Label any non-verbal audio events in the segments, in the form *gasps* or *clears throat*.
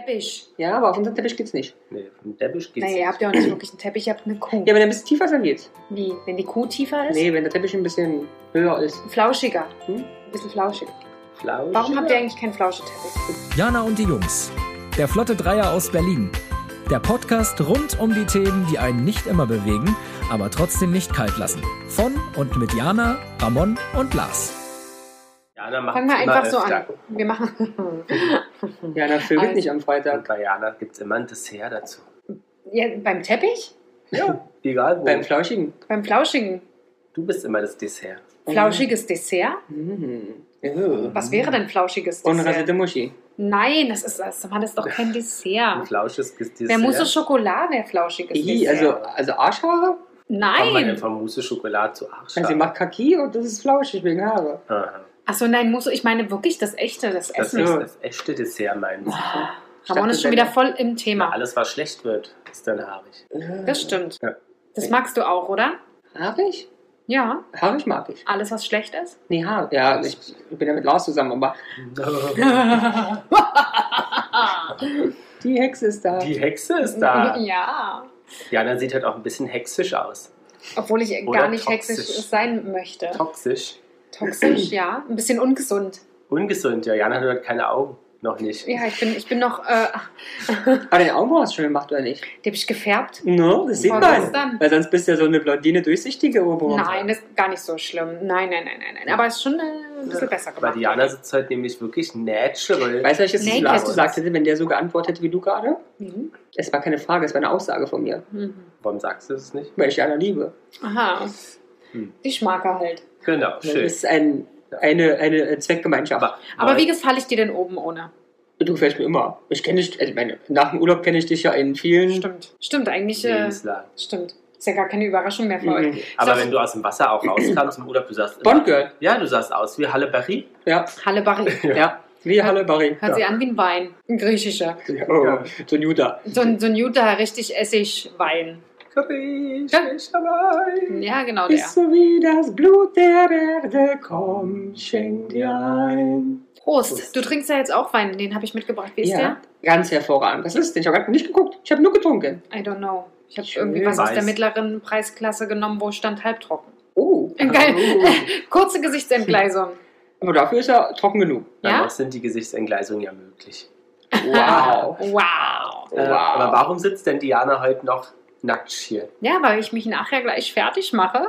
Teppich. Ja, aber auf unserem Teppich geht's nicht. Nee, vom Teppich geht's naja, ihr habt ja auch nicht wirklich einen Teppich, ihr habt eine Kuh. Ja, wenn er ein bisschen tiefer ist, dann geht's. Wie? Wenn die Kuh tiefer ist? Nee, wenn der Teppich ein bisschen höher ist. Flauschiger. Hm? Ein bisschen flauschig. nicht. Flausch. Warum habt ihr eigentlich keinen Flauscheteppich? Jana und die Jungs. Der Flotte Dreier aus Berlin. Der Podcast rund um die Themen, die einen nicht immer bewegen, aber trotzdem nicht kalt lassen. Von und mit Jana, Ramon und Lars. Jana macht's Fangen wir immer einfach so öfter. an. Wir machen. *laughs* Ja, na, vögelt Also- nicht am Und Freitag. bei Jana gibt's immer ein Dessert dazu. ja, beim Teppich? Ja, *laughs* egal wo. Beim Flauschigen. Beim Flauschigen. du bist immer das Dessert. Flauschiges Dessert? Mhm. Ew. Was wäre denn flauschiges Unrasierte Dessert? Muschi. Nein, das ist, das, Mann, das ist doch kein Ah. Ein Dessert. flauschiges Dessert. Wer Mousse Schokolade, wer flauschiges I, Dessert? also, also Arschhaare? Kommt man denn Nein! von Mousse Schokolade zu Arsch? Also, sie macht Kaki und das ist flauschig wegen Haare. Aha. Achso, nein, Mousse, ich meine wirklich das echte, das Das Essen. ist so. das echte Dessert, meinst Ah. du? Ramon ist schon wieder voll im Thema. Alles, was schlecht wird, ist dann *laughs* haarig. Äh, Das stimmt. Ja. Das magst du auch, oder? Haarig? Ja. Haarig mag ich. Alles, was schlecht ist? Nee, Haare. Ja, ich bin ja mit Lars zusammen, aber die Hexe ist da. Die Hexe ist da. Ja. Jana sieht halt auch ein bisschen hexisch aus. Obwohl ich Oder gar nicht toxisch. hexisch sein möchte. Toxisch. Toxisch, ja. Ein bisschen ungesund. Ungesund, ja. Jana hat halt keine Augen. Noch nicht. Ja, ich bin, ich bin noch. Äh, ach, Aber deine Augenbrauen ist schön gemacht, oder nicht? die habe ich gefärbt. No, das sieht man. Vorgestern. Weil sonst bist du ja so eine blondine, durchsichtige Oberbrauen. Nein, das ist gar nicht so schlimm. Nein, nein, nein, nein, nein. Aber es ist schon äh, ein bisschen besser Weil gemacht. die Jana sitzt heute nämlich wirklich natural. Weißt du, was ich jetzt Nee, zu Lars das- gesagt hätte, wenn der so geantwortet hätte wie du gerade? Mhm. Es war keine Frage, es war eine Aussage von mir. Mhm. Warum sagst du es nicht? Weil ich Jana liebe. Aha. Hm. Die Schmarker halt. Genau, Das schön. ist ein, eine, eine Zweckgemeinschaft. Aber, Aber wie gefalle ich dir denn oben ohne? du gefällst mir immer. Ich kenne dich, also ich meine, nach dem Urlaub kenne ich dich ja in vielen. Hm. Stimmt. Stimmt, eigentlich. Äh, lebenslang. stimmt. Ist ja gar keine Überraschung mehr für euch. Mhm. Aber sag- wenn du aus dem Wasser auch rauskamst im Urlaub, du sagst. Bond Girl. Ja, du sahst aus wie Halle Berry. Ja, Halle *laughs* Barry. ja. Wie Halle Barry. Hört sich an wie ein Wein. Ein griechischer. Oh, Ja. So ein Juda. So ein, so ein Jutta, richtig Essigwein. Ja, genau der. Bist du wie das Blut der Erde, komm, schenk dir ein. Prost. Prost. Du trinkst ja jetzt auch Wein. Den habe ich mitgebracht. Wie ist ja, ganz hervorragend. Was ist denn? Ich habe gerade nicht geguckt. Ich habe nur getrunken. der? I don't know. Ich habe Schön irgendwie was aus weiß. der mittleren Preisklasse genommen, wo stand halbtrocken. Oh. Geil. Oh. Kurze Gesichtsentgleisung. Aber dafür ist er *laughs* trocken genug. Ja? Danach sind die Gesichtsentgleisungen ja möglich. Wow. Wow. Äh, Wow. aber warum sitzt denn Diana heute noch nackt hier? Ja, weil ich mich nachher gleich fertig mache.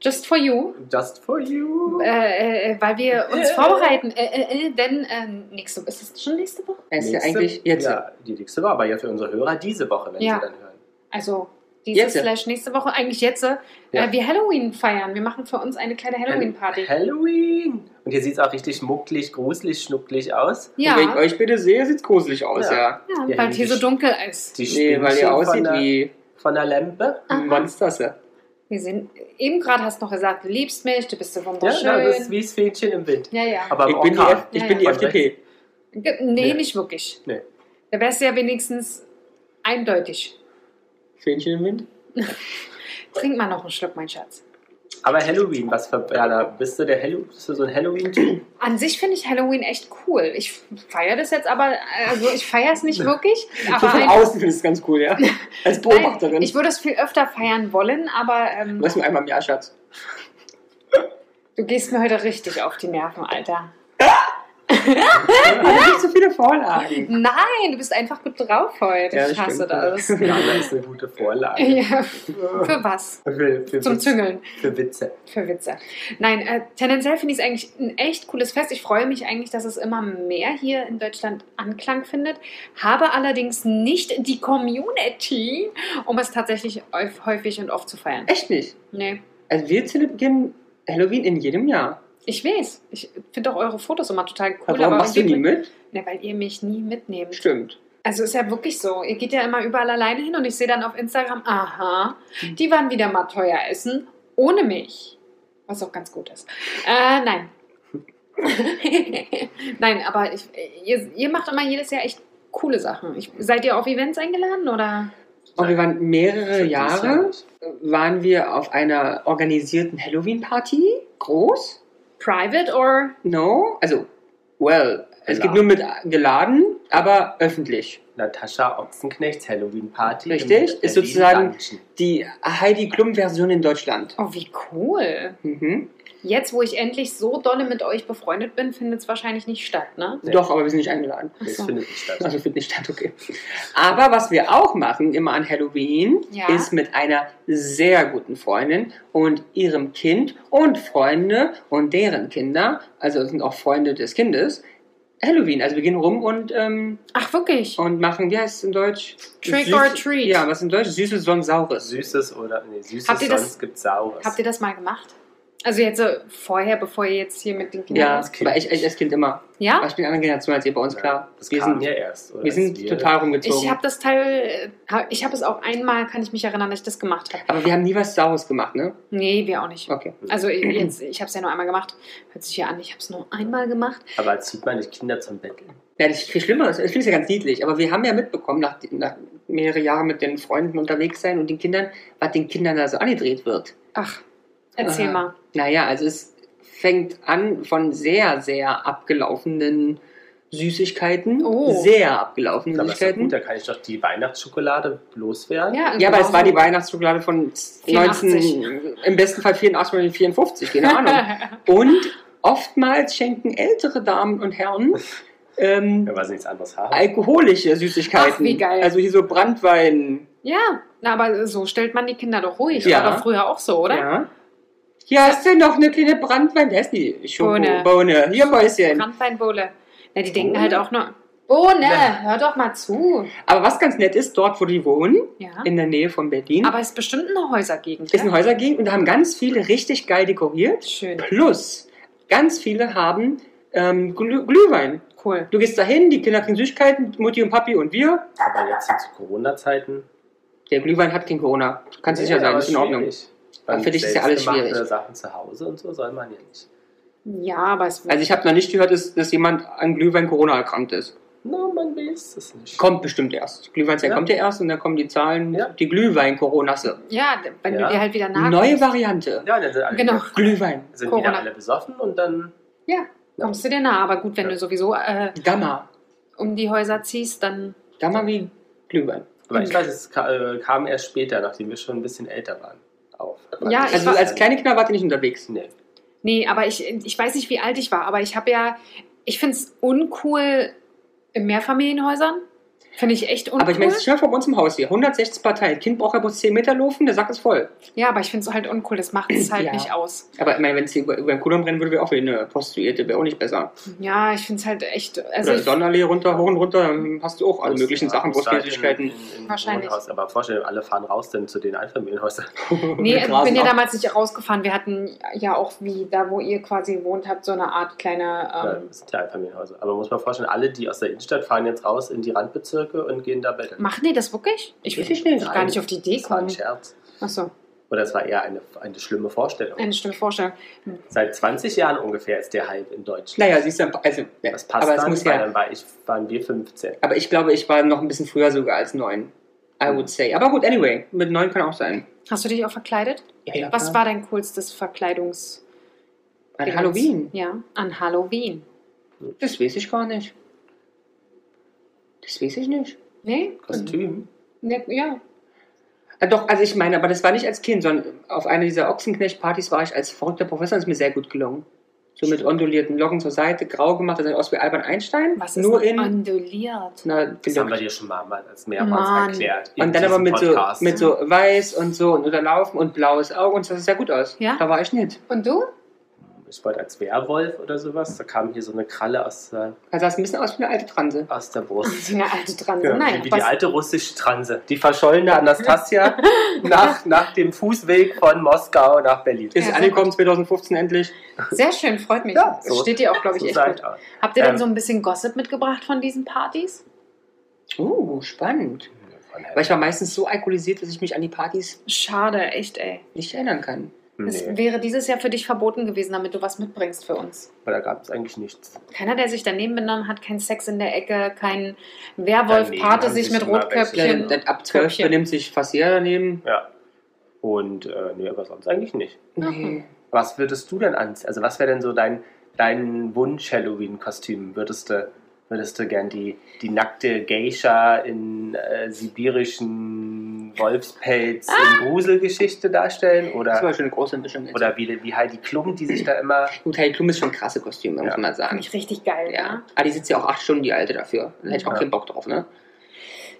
Just for you. Just for you. Äh, äh, weil wir uns Äh. vorbereiten. Äh, äh, äh, denn äh, nächste Ist es schon nächste Woche? Er ist ja Nächste- eigentlich jetzt. Ja, die nächste war aber ja für unsere Hörer diese Woche, wenn Ja. sie dann hören. Also dieses Jetzt. slash nächste Woche, eigentlich jetzt, äh, Ja. wir Halloween feiern. Wir machen für uns eine kleine Halloween-Party. Halloween! Und hier sieht es auch richtig mucklig, gruselig, schnucklig aus. Ja, Und Also wenn ich euch bitte sehe, sieht's gruselig aus, ja. Ja. ja Ja, weil es hier so die- dunkel ist. Die Nee, weil Spinnchen ihr aussieht von der, wie Von der Lampe. Aha. ein Monsterse. Wir sind, eben gerade hast du noch gesagt, du liebst mich, du bist so Ja, wunderschön. na, Ja, das ist wie das Fähnchen im Wind. ja, ja. Aber Ich im bin die, F Orkan. ich Ja, bin die ja. FDP. Ge- nee, Nee. nicht wirklich. Nee. Da wär's ja wenigstens eindeutig. Fähnchen im Wind. Trink mal noch einen Schluck, mein Schatz. Aber Halloween, was für Berner? Bist du der Hallo bist du so *laughs* ein Halloween-Typ? An sich finde ich Halloween echt cool. Ich feiere das jetzt aber, also ich feiere es nicht wirklich. So Aber von ein, außen ist es ganz cool, ja. Als nein, Beobachterin. ich würde es viel öfter feiern wollen, aber ähm, Lass mir einmal im Jahr, Schatz. du gehst mir heute richtig auf die Nerven, Alter. Hat nicht so viele Vorlagen. Nein, du bist einfach gut drauf heute. Ja, das ich hasse stimmt. *laughs* das. Ja, das ist eine gute Vorlage. ja, für was? Für, für, Zum Witz- Züngeln. für Witze. Für Witze. Nein, äh, tendenziell finde ich es eigentlich ein echt cooles Fest. Ich freue mich eigentlich, dass es immer mehr hier in Deutschland Anklang findet. Habe allerdings nicht die Community, um es tatsächlich häuf- häufig und oft zu feiern. Echt nicht. Nee, Also wir zelebrieren Halloween in jedem Jahr. ich weiß. Ich finde auch eure Fotos immer total cool. Warum machst du nie mit? Ne, weil ihr mich nie mitnehmt. Stimmt. Also ist ja wirklich so. Ihr geht ja immer überall alleine hin und ich sehe dann auf Instagram, aha, die waren wieder mal teuer essen, ohne mich. Was auch ganz gut ist. Äh, nein. nein, aber ich, ihr, ihr macht immer jedes Jahr echt coole Sachen. Ich, seid ihr auf Events eingeladen oder? Und wir waren mehrere Für dieses Jahr Jahre, nicht. waren wir auf einer organisierten Halloween-Party. Groß. Private or? No. Also, well. Es Geladen. gibt nur mit geladen. aber öffentlich. Natascha Ochsenknechts Halloween-Party. Richtig, im ist Berlin sozusagen- Dungeon. Die Heidi Klum-Version in Deutschland. Oh, wie cool. Mhm. Jetzt, wo ich endlich so dolle mit euch befreundet bin, findet es wahrscheinlich nicht statt, ne? Nee. Doch, aber wir sind nicht eingeladen. Ach Das so. findet nicht statt. Also findet nicht statt, okay. Aber was wir auch machen, immer an Halloween, Ja. ist mit einer sehr guten Freundin und ihrem Kind und Freunde und deren Kinder, also es sind auch Freunde des Kindes, Halloween. Also wir gehen rum und, ähm, Ach, wirklich? und machen, wie heißt es in Deutsch? Trick Süß- or treat. Ja, was in Deutsch? Süßes, sondern Saures. Süßes oder. Nee, Süßes, Habt ihr das- sonst gibt's Saures. Habt ihr das mal gemacht? Also jetzt so vorher, bevor ihr jetzt hier mit den Ja, Kindern... Genau, Als Kind. aber ich, ich als Kind immer. Ja? Aber ich bin eine andere Generation als ihr bei uns, klar. Das wir kam sind, ja erst. Oder wir sind Als wir- total rumgezogen. Ich habe das Teil... äh, Ich habe es auch einmal, kann ich mich erinnern, dass ich das gemacht habe. aber wir haben nie was Saures gemacht, ne? Nee, wir auch nicht. Okay. Also ich- jetzt, ich habe es ja nur einmal gemacht. Hört sich ja an, ich habe es nur einmal gemacht. Aber zieht man nicht Kinder zum Betteln? Ja, das ist viel schlimmer. Ich finde es ja ganz niedlich. Aber wir haben ja mitbekommen, nach, nach mehrere Jahre mit den Freunden unterwegs sein und den Kindern, was den Kindern da so angedreht wird. Ach, erzähl Aha. mal. Naja, also es fängt an von sehr, sehr abgelaufenen Süßigkeiten. Oh. Sehr abgelaufenen Aber ist doch Süßigkeiten. gut, da kann ich doch die Weihnachtsschokolade loswerden. Ja, genau ja, aber es war die beiden. Weihnachtsschokolade von 84. 19, im besten Fall 84 oder 54, keine Ahnung. *laughs* und oftmals schenken ältere Damen und Herren ähm, Ja, weil sie nichts anderes haben. alkoholische Süßigkeiten. Ach, wie geil. Also hier so Brandwein. ja, na, aber so stellt man die Kinder doch ruhig. Ja. War doch früher auch so, oder? Ja. Hier hast du noch eine kleine Brandwein. Wie heißt die? Bohne. Schokobohne. Hier, Mäuschen. Brandweinbowle. Na, die denken Oh. Bohne? halt auch nur. Bohne, Ja. hör doch mal zu. Aber was ganz nett ist, dort, wo die wohnen, Ja. in der Nähe von Berlin, Aber es ist bestimmt eine Häusergegend. ist ein ja? Häusergegend und da haben ganz viele richtig geil dekoriert. Schön, Plus, ganz viele haben ähm, Glüh Glühwein. cool. Du gehst dahin, die Kinder kriegen Süßigkeiten, Mutti und Papi und wir. Aber jetzt sind zu Corona-Zeiten. Der Glühwein hat kein Corona. Kannst du sicher sein, aber ist in Ordnung. schwierig. Weil Für dich ist ja alles selbstgemachte schwierig. Sachen zu Hause und so soll man ja nicht. Ja, aber es Also ich habe noch nicht gehört, dass, dass jemand an Glühwein Corona erkrankt ist. Na, man weiß es nicht. Kommt bestimmt erst. Glühweinzeit Ja. kommt ja erst und dann kommen die Zahlen, Ja. die Glühwein-Coronasse. ja, wenn Ja. du dir halt wieder nah Neue Variante. Ja, dann sind alle, Genau. Glühwein. sind Corona. wieder alle besoffen und dann kommst du dir nah. Aber gut, wenn Ja. du sowieso äh, Gamma. um die Häuser ziehst, dann. Gamma wie Glühwein. Aber ich weiß, es ka- äh, kam erst später, nachdem wir schon ein bisschen älter waren, auf. Ja, ich Also war- als kleine Kinder wart ihr nicht unterwegs. Nee. Nee, aber ich, ich weiß nicht, wie alt ich war, aber ich habe ja, ich finde es uncool in Mehrfamilienhäusern. Finde ich echt uncool. Aber ich meine, schnell vor uns im Haus hier. 160 Parteien. Kind braucht ja bloß 10 Meter laufen, der Sack ist voll. ja, aber ich finde es halt uncool. Das macht *clears throat* es halt Ja. nicht aus. Aber ich meine, wenn es hier über, über den Kudamm rennen würde, wäre auch wieder eine Prostituierte, wäre auch nicht besser. Ja, ich finde es halt echt. Also Oder ich, Sonnenallee runter, hoch und runter, dann hast du auch alle Muss- möglichen ja, Sachen, muss halt Brustmöglichkeiten. in- in- in Wahrscheinlich. Wohnhaus. Aber vorstellen, alle fahren raus dann zu *laughs* den Einfamilienhäusern. nee, also ich bin ja ja damals nicht rausgefahren. Wir hatten ja auch wie da, wo ihr quasi gewohnt habt, so eine Art Ja, kleine. Ähm, das sind ja Einfamilienhäuser. Aber muss man vorstellen, alle, die aus der Innenstadt fahren jetzt raus in die Randbezirke und gehen da betteln. Machen die das wirklich? Ich Weiß will ich nicht. gar nicht auf die Idee Das war ein kommen. Scherz. Achso, Oder es war eher eine, eine schlimme Vorstellung. eine schlimme Vorstellung. Seit 20 Jahren ungefähr ist der Hype in Deutschland. Naja, siehst du, also, ja, Das passt aber es dann, muss weil ja. dann war ich, waren wir 15. Aber ich glaube, ich war noch ein bisschen früher sogar als neun. I would say. Aber gut, anyway, mit neun kann auch sein. Hast du dich auch verkleidet? Ja, ja, Was klar. war dein coolstes Verkleidungs? An Halloween. Ja, an Halloween. Das weiß ich gar nicht. Das weiß ich nicht. Nee? Mhm. Kostüm. Ne, ja. Ah, Doch, also ich meine, aber das war nicht als Kind, sondern auf einer dieser Ochsenknecht-Partys war ich als verrückter Professor und ist mir sehr gut gelungen. So mit Stimmt. ondulierten Locken zur Seite, grau gemacht, das sah aus wie Albert Einstein. Was ist nur Nur in. onduliert? na, Das haben wir gelockt. dir schon mal mal als mehrmals Mann. erklärt. in Und dann aber diesem mit so, Podcast. mit so weiß und so und unterlaufen und blaues Auge und das sah gut aus. Ja? Da war ich nicht. Und du? *laughs* Ich wollte als Werwolf oder sowas. Da kam hier so eine Kralle aus der, Da sah es ein bisschen aus wie eine alte Transe. aus der Ach, Brust. so eine alte Transe. Ja, also Nein, wie wie die was, alte russische Transe. Die *laughs* verschollene Anastasia nach, nach dem Fußweg von Moskau nach Berlin. Ist Ja, angekommen 2015 endlich. sehr schön, freut mich. Ja, so- Steht dir auch, glaube ich, So echt sagt gut. er. Habt ihr denn Ähm, so ein bisschen Gossip mitgebracht von diesen Partys? Uh, spannend. Von Weil ich war meistens so alkoholisiert, dass ich mich an die Partys Schade, echt, ey. nicht erinnern kann. Es Nee, wäre dieses Jahr für dich verboten gewesen, damit du was mitbringst für uns. weil da gab es eigentlich nichts. Keiner, der sich daneben benommen hat, kein Sex in der Ecke, kein Werwolf, Daneben Pate haben sich sich mit immer welche, Rotköpfchen. ne? Dann ab 12 Köpfchen. benimmt sich fast jeder daneben. Ja. Und äh, nee, aber sonst eigentlich nicht. Nee. Was würdest du denn anziehen? Also was wäre denn so dein, dein Wunsch-Halloween-Kostüm? Würdest du Würdest du gern die, die nackte Geisha in äh, sibirischen Wolfspelz in Gruselgeschichte darstellen? Ah! Das Oder, war schon eine große Mischung. jetzt. oder wie, wie Heidi Klum, die sich da immer. Gut, Heidi Klum ist schon krasse Kostüme, muss Ja. man Fand sagen. ich richtig geil. ne? Ja. Ja, Aber die sitzt ja auch acht Stunden, die Alte, dafür. Da hätte ich auch Ja. keinen Bock drauf, ne?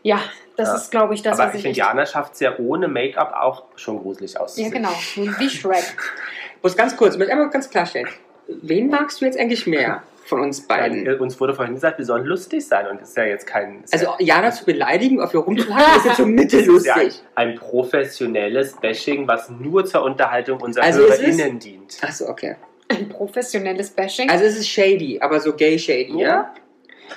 ja das Ja. ist, glaube ich, das, aber was ich ich. finde, Jana schafft es ja ohne Make-up auch schon gruselig ja, auszusehen. *laughs* genau. Wie Shrek. Muss ganz kurz, mit einmal ganz klarstellen. Wen magst du jetzt eigentlich mehr von uns beiden? Weil, äh, uns wurde vorhin gesagt, wir sollen lustig sein und ist ja jetzt kein. ist Also Jana zu beleidigen, auf ihr rumzuhacken, ist jetzt so ja ein, mittellustig. ein professionelles Bashing, was nur zur Unterhaltung unserer Also es ist- HörerInnen dient. Achso, okay. Ein professionelles Bashing. Also es ist shady, aber so gay shady, ja?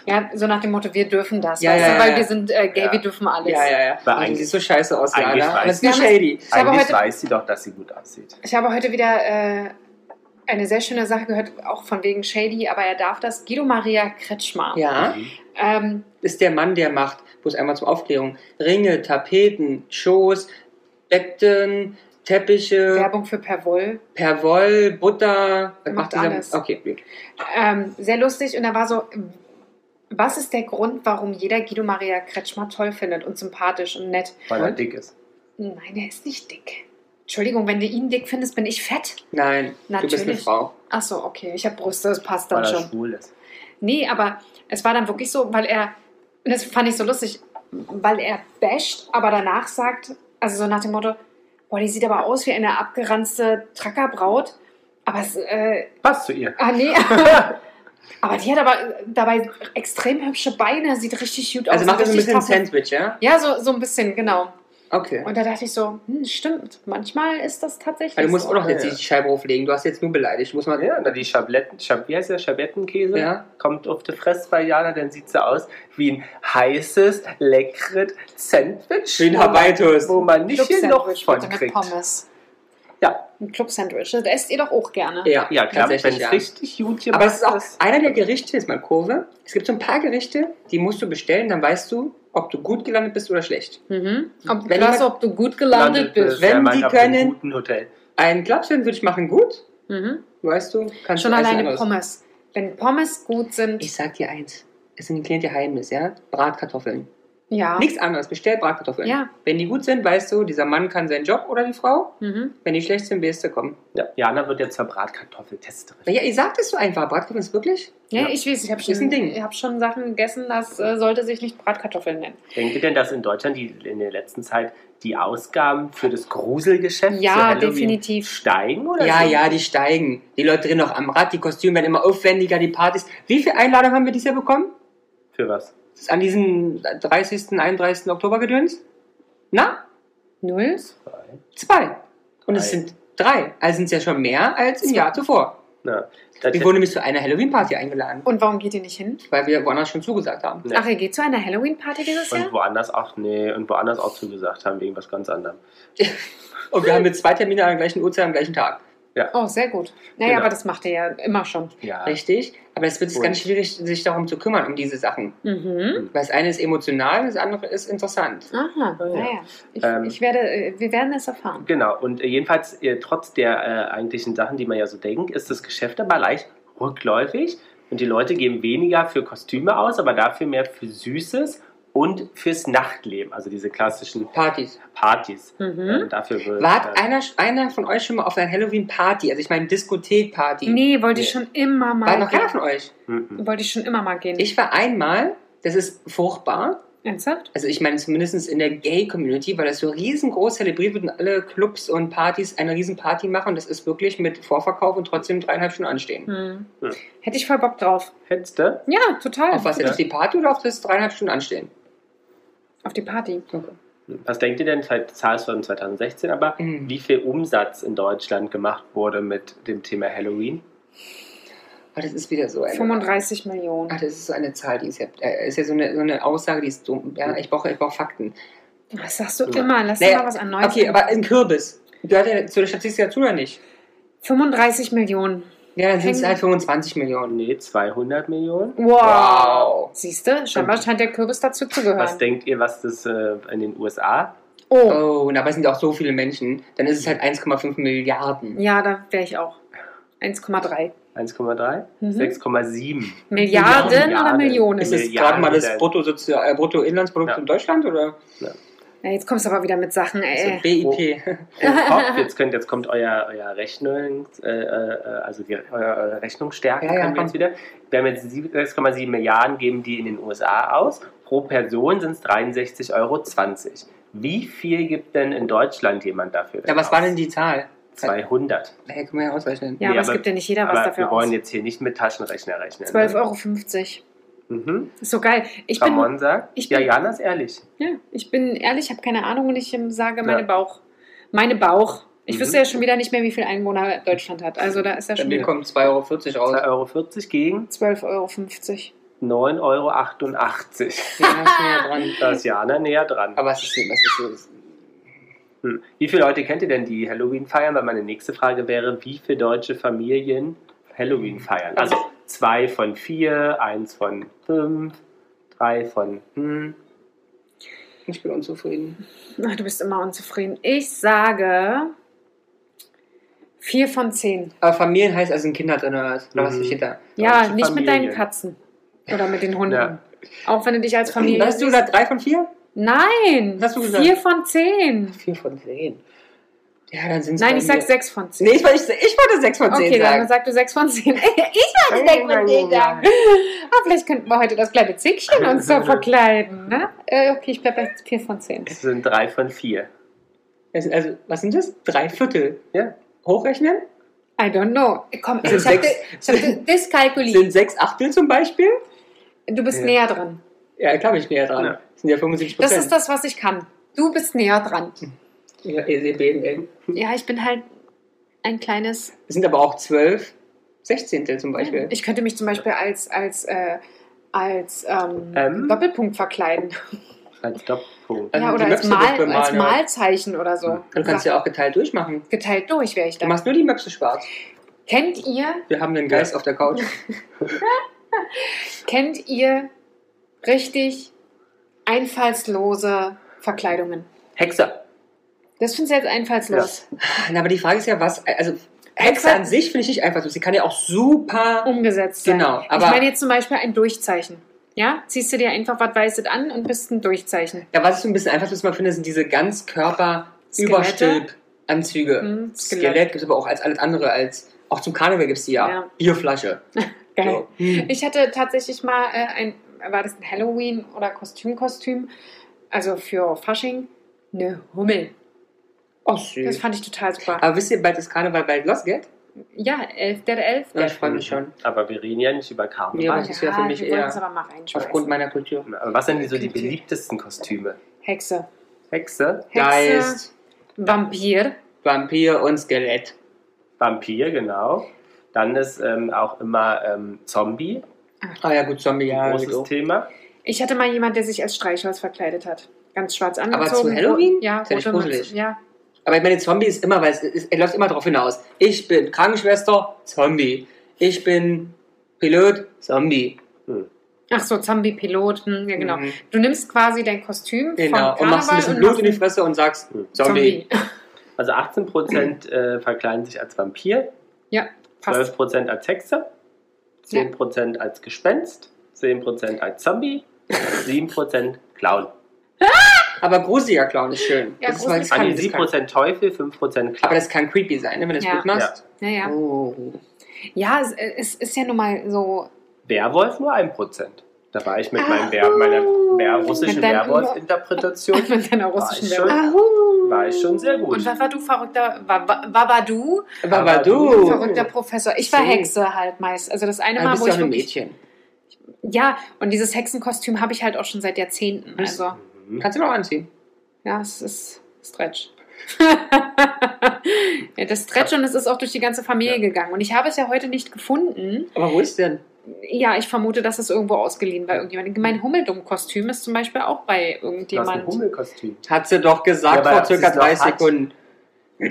ja, so nach dem Motto, wir dürfen das. Ja, weißt ja, du, ja, weil ja. wir sind äh, gay, Ja. wir dürfen alles. Ja, ja, ja. Weil Also, eigentlich- sie sieht so scheiße aus, eigentlich Jana. Aber weiß es ist nur ich- Wir haben shady. Ich habe Eigentlich heute- weiß sie doch, dass sie gut aussieht. Ich habe heute wieder äh, eine sehr schöne Sache gehört, auch von wegen Shady, aber er darf das. Guido Maria Kretschmer. Ja. Mhm. Ähm, Ist der Mann, der macht, bloß einmal zur Aufklärung, Ringe, Tapeten, Schoß, Betten, Teppiche, Werbung für Perwoll. Perwoll, Butter. Was Macht dieser- alles. Okay, gut. Ähm, sehr lustig und da war so, was ist der Grund, warum jeder Guido Maria Kretschmer toll findet und sympathisch und nett? Weil er dick ist. Nein, er ist nicht dick. Entschuldigung, wenn du ihn dick findest, bin ich fett. Nein, du bist eine Natürlich. Frau. Achso, okay, ich habe Brüste, das passt dann Weil er schon. schwul ist. Nee, aber es war dann wirklich so, weil er, und das fand ich so lustig, weil er basht, aber danach sagt, also so nach dem Motto, boah, die sieht aber aus wie eine abgeranzte Trackerbraut, aber es, äh, Passt zu ihr. ah *laughs* nee, aber die hat aber dabei extrem hübsche Beine, sieht richtig gut aus. Also macht das ein richtig bisschen ein tough. Sandwich, ja? Ja, so, so ein bisschen, genau. Okay. Und da dachte ich so, hm, stimmt, manchmal ist das tatsächlich Also du musst so. auch noch jetzt Ja, ja. die Scheibe hochlegen. Du hast jetzt nur beleidigt. Muss man. Ja, na, die Schabletten, Schab, wie heißt der Schabettenkäse? Ja. Kommt auf die Fresse bei Jana, dann sieht sie aus wie ein heißes, leckeres Sandwich. Wie ein wo man- Hawaii-Toast. Wo man nicht hier noch Club-Sandwich von bitte mit kriegt. Pommes. Ja, Ein Club-Sandwich, das esst ihr doch auch gerne. Ja, ja, klar, wenn tatsächlich. es Ja. richtig gut gemacht Aber es ist auch ist. einer der Gerichte, ist mal Kurve. Es gibt so ein paar Gerichte, die musst du bestellen, dann weißt du, ob du gut gelandet bist oder schlecht. Mhm. Ob, Wenn du weißt, jemand- ob du gut gelandet bist. Wenn ja, man die auf einem können- Guten Hotel. Ein Club-Sandwich machen gut, Mhm. weißt du, kannst Schon du essen alleine anderes. Pommes. Wenn Pommes gut sind, Ich sag dir eins. Es sind ein kleines Geheimnis, ja? Bratkartoffeln. ja. Nichts anderes. Bestell Bratkartoffeln. Ja. Wenn die gut sind, weißt du, dieser Mann kann seinen Job oder die Frau. Mhm. Wenn die schlecht sind, wirst du kommen. Ja, Jana wird jetzt zur Bratkartoffeltesterin. Ja, ihr sagt es so einfach. Bratkartoffeln ist wirklich. Ja, Ja. ich weiß, ich habe Ist ein schon, Ding. ich hab schon Sachen gegessen, das äh, sollte sich nicht Bratkartoffeln nennen. Denkt ihr denn, dass in Deutschland die, in der letzten Zeit die Ausgaben für das Gruselgeschäft Ja, zu Halloween definitiv. steigen? Oder Ja, so? ja, die steigen. Die Leute drehen noch am Rad, die Kostüme werden immer aufwendiger, die Partys. Wie viele Einladungen haben wir dieses Jahr bekommen? Für was? Ist an diesem 30., 31. Oktober gedöns? Na, Null? zwei. Und es Drei. sind drei. Also sind es ja schon mehr als im Zwei. Jahr zuvor. Na, das Wir wurden nämlich zu einer Halloween-Party eingeladen, Und warum geht ihr nicht hin? weil wir woanders schon zugesagt haben. *laughs* Nee. Ach, ihr geht zu einer Halloween-Party dieses Jahr? und woanders auch, nee, und woanders auch zugesagt haben, irgendwas ganz anderem. Und wir haben jetzt zwei Termine an der gleichen Uhrzeit am gleichen Tag. Oh, sehr gut. Naja, Genau. aber das macht ihr ja immer schon. Ja. Richtig? Aber es wird jetzt Und- ganz schwierig, sich darum zu kümmern, um diese Sachen. Mhm. Weil das eine ist emotional, das andere ist interessant. Aha, Ah, ja. naja. Ich, Ähm. ich werde, äh, wir werden es erfahren. Genau, und äh, jedenfalls, äh, trotz der äh, eigentlichen Sachen, die man ja so denkt, ist das Geschäft aber leicht rückläufig und die Leute geben weniger für Kostüme aus, aber dafür mehr für Süßes und fürs Nachtleben, also diese klassischen Partys. Partys. Mhm. Ähm, dafür wird, War äh, einer, einer von euch schon mal auf einer Halloween-Party? Also ich meine Diskothek-Party. Nee, wollte ich Nee. schon immer mal War noch keiner gehen. von euch? mhm. Wollte ich schon immer mal gehen. Ich war einmal, das ist furchtbar. Ernsthaft? Also ich meine zumindest in der Gay-Community, weil das so riesengroß zelebriert wird und alle Clubs und Partys eine Riesenparty machen. Das ist wirklich mit Vorverkauf und trotzdem dreieinhalb Stunden anstehen. Hm. Ja. Hätte ich voll Bock drauf. Hättest du? Ja, total. Auf was jetzt? Ja. Auf die Party oder auf das dreieinhalb Stunden anstehen? Auf die Party. Was denkt ihr denn, vielleicht zahlst von 2016, aber Mhm. wie viel Umsatz in Deutschland gemacht wurde mit dem Thema Halloween? Ah, das ist wieder so eine... 35 Millionen. Ach, das ist so eine Zahl, die ist ja, äh, ist ja so, eine, so eine Aussage, die ist dumm. Ja, ich brauche ich brauch Fakten. Was sagst du Ja. immer? Lass Naja, dir mal was an Neues. Okay, aber ein Kürbis. Gehört ja zu der Statistik dazu oder nicht? 35 Millionen. Ja, dann sind es Hängen- halt 25 Millionen. Oh, Nee, 200 Millionen. Wow. Wow. Siehst du? Scheinbar scheint der Kürbis dazu zu gehören. Was denkt ihr, was das äh, in den USA? oh. Oh, und dabei sind auch so viele Menschen. Dann ist es halt 1,5 Milliarden. Ja, da wäre ich auch. 1,3. 1,3? Mhm. 6,7. *laughs* Milliarden, oder Milliarden. Millionen? Ist es Milliarden gerade mal das Welt. Bruttosozial äh, Bruttoinlandsprodukt Ja. in Deutschland oder Ja, jetzt kommst du aber wieder mit Sachen, äh, Also, ist ey. das BIP? Oh. Pro Kopf. Jetzt, könnt, jetzt kommt euer, euer Rechnung, äh, äh, also die, euer, eure Rechnungsstärke Ja, ja, können wir komm. jetzt wieder. Wir haben jetzt sieb- 6,7 Milliarden, geben die in den USA aus. Pro Person sind es 63,20 Euro. Wie viel gibt denn in Deutschland jemand dafür? *laughs* Ja, was war denn die Zahl? 200. Hey, können wir ja ausrechnen. Ja, Nee, aber es aber- gibt ja nicht jeder was Aber wir dafür wollen aus. jetzt hier nicht mit Taschenrechner rechnen. 12,50 Euro. Ne? Mhm. Ist so geil. Ich bin, Ramon sagt, ich ja, bin- Jana ist ehrlich. ja, ich bin ehrlich, habe keine Ahnung und ich ähm, sage meine Ja. Bauch. Meine Bauch. Ich Mhm. wüsste ja schon wieder nicht mehr, wie viel Einwohner Deutschland hat. Also da ist ja Bei schon mir wieder kommen 2,40 Euro raus. 2,40 Euro gegen 12,50 Euro. 9,88 Euro. Ja, ist näher dran. *laughs* Da ist Jana näher dran. Aber es ist, es ist, Hm. Wie viele Leute kennt ihr denn, die Halloween feiern? Weil meine nächste Frage wäre, wie viele deutsche Familien Halloween feiern? Also zwei von vier, eins von fünf, drei von hm. ich bin unzufrieden. Ach, Ah, du bist immer unzufrieden. Ich sage 4 von 10. Aber Familien heißt also ein Kinder drin oder was? Oder was Mhm. steht da? Ja, deutsche nicht mit deinen Familien. Katzen. Oder mit den Hunden. Ja. Auch wenn du dich als Familie. Hast du da drei von vier? Nein! Was hast du gesagt? 4 von 10. Vier von zehn. Ja, dann sind es Nein, ich sag 6 von 10. Nee, ich wollte, ich wollte sechs von zehn Okay, dann sagen. sag du 6 von *laughs* 10. Ich werde 6 von 10 sagen. Ah, vielleicht könnten wir heute das kleine Zickchen uns so verkleiden. Ne? Äh, okay, ich bleibe bei 4 von 10. Es sind drei von vier. Das sind also, was sind das? Drei Viertel. Ja. Hochrechnen? I don't know. Komm, Sind ich habe Also sechs- *laughs* hab das kalkuliert. Sind sechs Achtel zum Beispiel? Du bist Ja. näher dran. Ja, klar bin ich näher dran. Ja. Das sind ja 75 Das Prozent. ist das, was ich kann. Du bist näher dran. Ja, eh, ECBML. Ja, ich bin halt ein kleines. Es sind aber auch zwölf Sechzehntel zum Beispiel. Ich könnte mich zum Beispiel als, als, äh, als ähm, Ähm? Doppelpunkt verkleiden. Als Doppelpunkt. Also ja, die oder als, Möpse Mal, bemalen, als ja. Malzeichen oder so. Du Hm, kannst ja auch geteilt durchmachen. Geteilt durch wäre ich Du dann. machst nur die Möpse schwarz. Kennt ihr, Wir haben den Geist auf der Couch. kennt ihr richtig einfallslose Verkleidungen? Hexer. Das findest du jetzt einfallslos. Na, aber die Frage ist ja, was. Also, Hexe an sich finde ich nicht einfach so. Sie kann ja auch super. Mhm. Umgesetzt. Sein. Genau, ich aber- meine jetzt zum Beispiel ein Durchzeichen. Ja, ziehst du dir einfach was Weißes an und bist ein Durchzeichen. Ja, was ich so ein bisschen einfach so mal finde, sind diese Ganzkörper-Überstülp-Anzüge. Hm, Skelett, gibt es aber auch als alles andere. als Auch zum Karneval gibt es die ja. Ja. Bierflasche. Geil. So. Hm. Ich hatte tatsächlich mal äh, ein, war das ein Halloween oder Kostümkostüm, also für Fasching, eine Hummel. Oh, Das süß. fand ich total super. Aber wisst ihr, bald ist Karneval bald losgeht? Ja, 11. der 11. Ja, ich freue mich schon. Mhm. Aber wir reden ja nicht über Karneval. Ja, aber das ist ja für mich wir wollen eher es aber mal reinschmeißen. Aufgrund meiner Kultur. Aber was sind denn so die beliebtesten Kostüme? Hexe. Hexe, Hexe, Geist, Vampir. Vampir und Skelett. Vampir, genau. Dann ist ähm, auch immer ähm, Zombie Ah ja, gut, Zombie, ein ja. großes so. Thema. Ich hatte mal jemanden, der sich als Streichholz verkleidet hat. Ganz schwarz zu angezogen. Halloween? Ja, Ist ja nicht rote gruselig. Mütze. Ja, Aber ich meine, Zombie ist immer, weil es, es, es läuft immer drauf hinaus. Ich bin Krankenschwester, Zombie. Ich bin Pilot, Zombie. Ach so, Zombie-Pilot, hm, ja genau. Mhm. Du nimmst quasi dein Kostüm Genau. vom Und machst ein Karneval bisschen Blut in die machst Fresse und sagst Mhm. Zombie. *laughs* *clears throat* Also 18% äh, verkleiden sich als Vampir, Ja, passt. 12% als Hexe, 10% als Gespenst, 10% als Zombie, 7% Clown. Ah, Aber gruseliger Clown ist schön. Ja, das ist, weil gruselig das kann, An das die kann, 7% Teufel, 5% aber Clown. das kann creepy sein, ne, wenn du es Ja. gut machst. Ja, ja. Oh. Ja, es, es ist ja nun mal so. *laughs* Werwolf nur 1%. Da war ich mit Ah, meinem Wer uh. meiner Wer russischen Mit deinem- Werwolf-Interpretation Mit deiner ich russischen schon- Werbung. war ich schon sehr gut. Und was war du verrückter? War, war, war, war du Aber Babadu. du. verrückter Professor? Ich war So. Hexe halt meist. Also das eine Dann Mal, Oh. bist wo du ich auch ein wirklich, Mädchen. ja. Und dieses Hexenkostüm habe ich halt auch schon seit Jahrzehnten. Bist- Also Mhm. Kannst du noch anziehen. ja, es ist Stretch. *laughs* ja, das Stretch und es ist auch durch die ganze Familie Ja. gegangen. Und ich habe es ja heute nicht gefunden. Aber wo ist denn? Ja, ich vermute, dass es irgendwo ausgeliehen war. Irgendjemand. Mein Hummeldumm-Kostüm ist zum Beispiel auch bei Du hast ein irgendjemand. Hummelkostüm. Hat sie doch gesagt Ja, vor aber circa ob sie es noch 30 hat? Sekunden.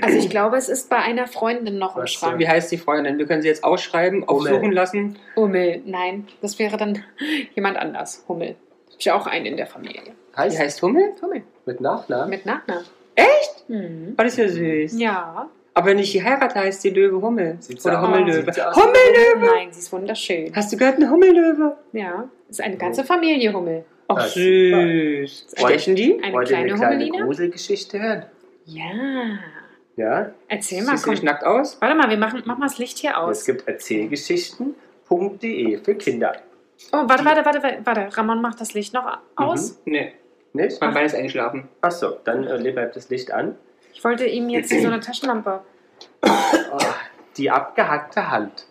Also ich glaube, es ist bei einer Freundin noch im Was Schrank. Wie heißt die Freundin? Wir können sie jetzt ausschreiben, aufsuchen Hummel. lassen. Hummel, nein, das wäre dann *laughs* jemand anders. Hummel. Hab ich auch einen in der Familie. Die heißt Hummel? Hummel. Mit Nachnamen? Mit Nachnamen. Echt? Mhm. Oh, das ist ja süß. Ja. Aber wenn ich die heirate, heißt sie Löwe Hummel. Sieht's Oder aus? Hummellöwe. Sieht's aus? Hummellöwe! Nein, sie ist wunderschön. Hast du gehört, eine Hummellöwe? Ja, ist eine ganze Familie Hummel. Ach, Das süß. super. Stechen die? Eine Wollt ihr kleine eine kleine Hummelina? Gruselgeschichte hören? Ja. Ja? Erzähl mal, Siehst du komm. dich nackt aus? Warte mal, wir machen, mach mal das Licht hier Es aus. gibt erzählgeschichten.de E für Kinder. Oh, warte, warte, warte, warte. Ramon macht das Licht Mhm. noch aus. Nee, Nicht? mein Bein ist eingeschlafen. Achso, dann äh, bleibt das Licht an. Ich wollte ihm jetzt so *clears throat* eine Taschenlampe. Oh, die abgehackte Hand.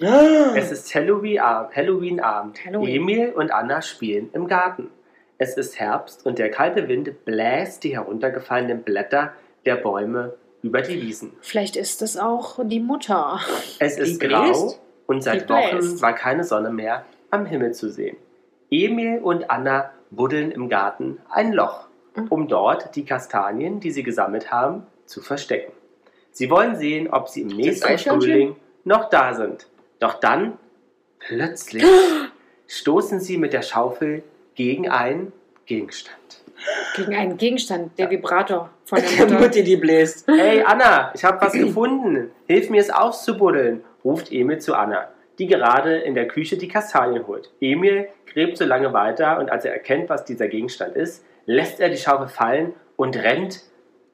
Ah! *laughs* Es ist Halloween-Abend. Halloween-Abend. Halloween. Emil und Anna spielen im Garten. Es ist Herbst und der kalte Wind bläst die heruntergefallenen Blätter der Bäume über die Wiesen. Vielleicht ist es auch die Mutter. Es Die ist grau bläst? und seit Die bläst. Wochen war keine Sonne mehr am Himmel zu sehen. Emil und Anna buddeln im Garten ein Loch, um dort die Kastanien, die sie gesammelt haben, zu verstecken. Sie wollen sehen, ob sie im nächsten Eichhörnchen? Frühling noch da sind. Doch dann, plötzlich, stoßen sie mit der Schaufel gegen einen Gegenstand. Gegen einen Gegenstand, der Vibrator von *laughs* der Der Mutter. Mutti, die bläst. Hey Anna, ich habe was gefunden. Hilf mir es auszubuddeln, ruft Emil zu Anna, die gerade in der Küche die Kastanien holt. Emil gräbt so lange weiter und als er erkennt, was dieser Gegenstand ist, lässt er die Schaufel fallen und rennt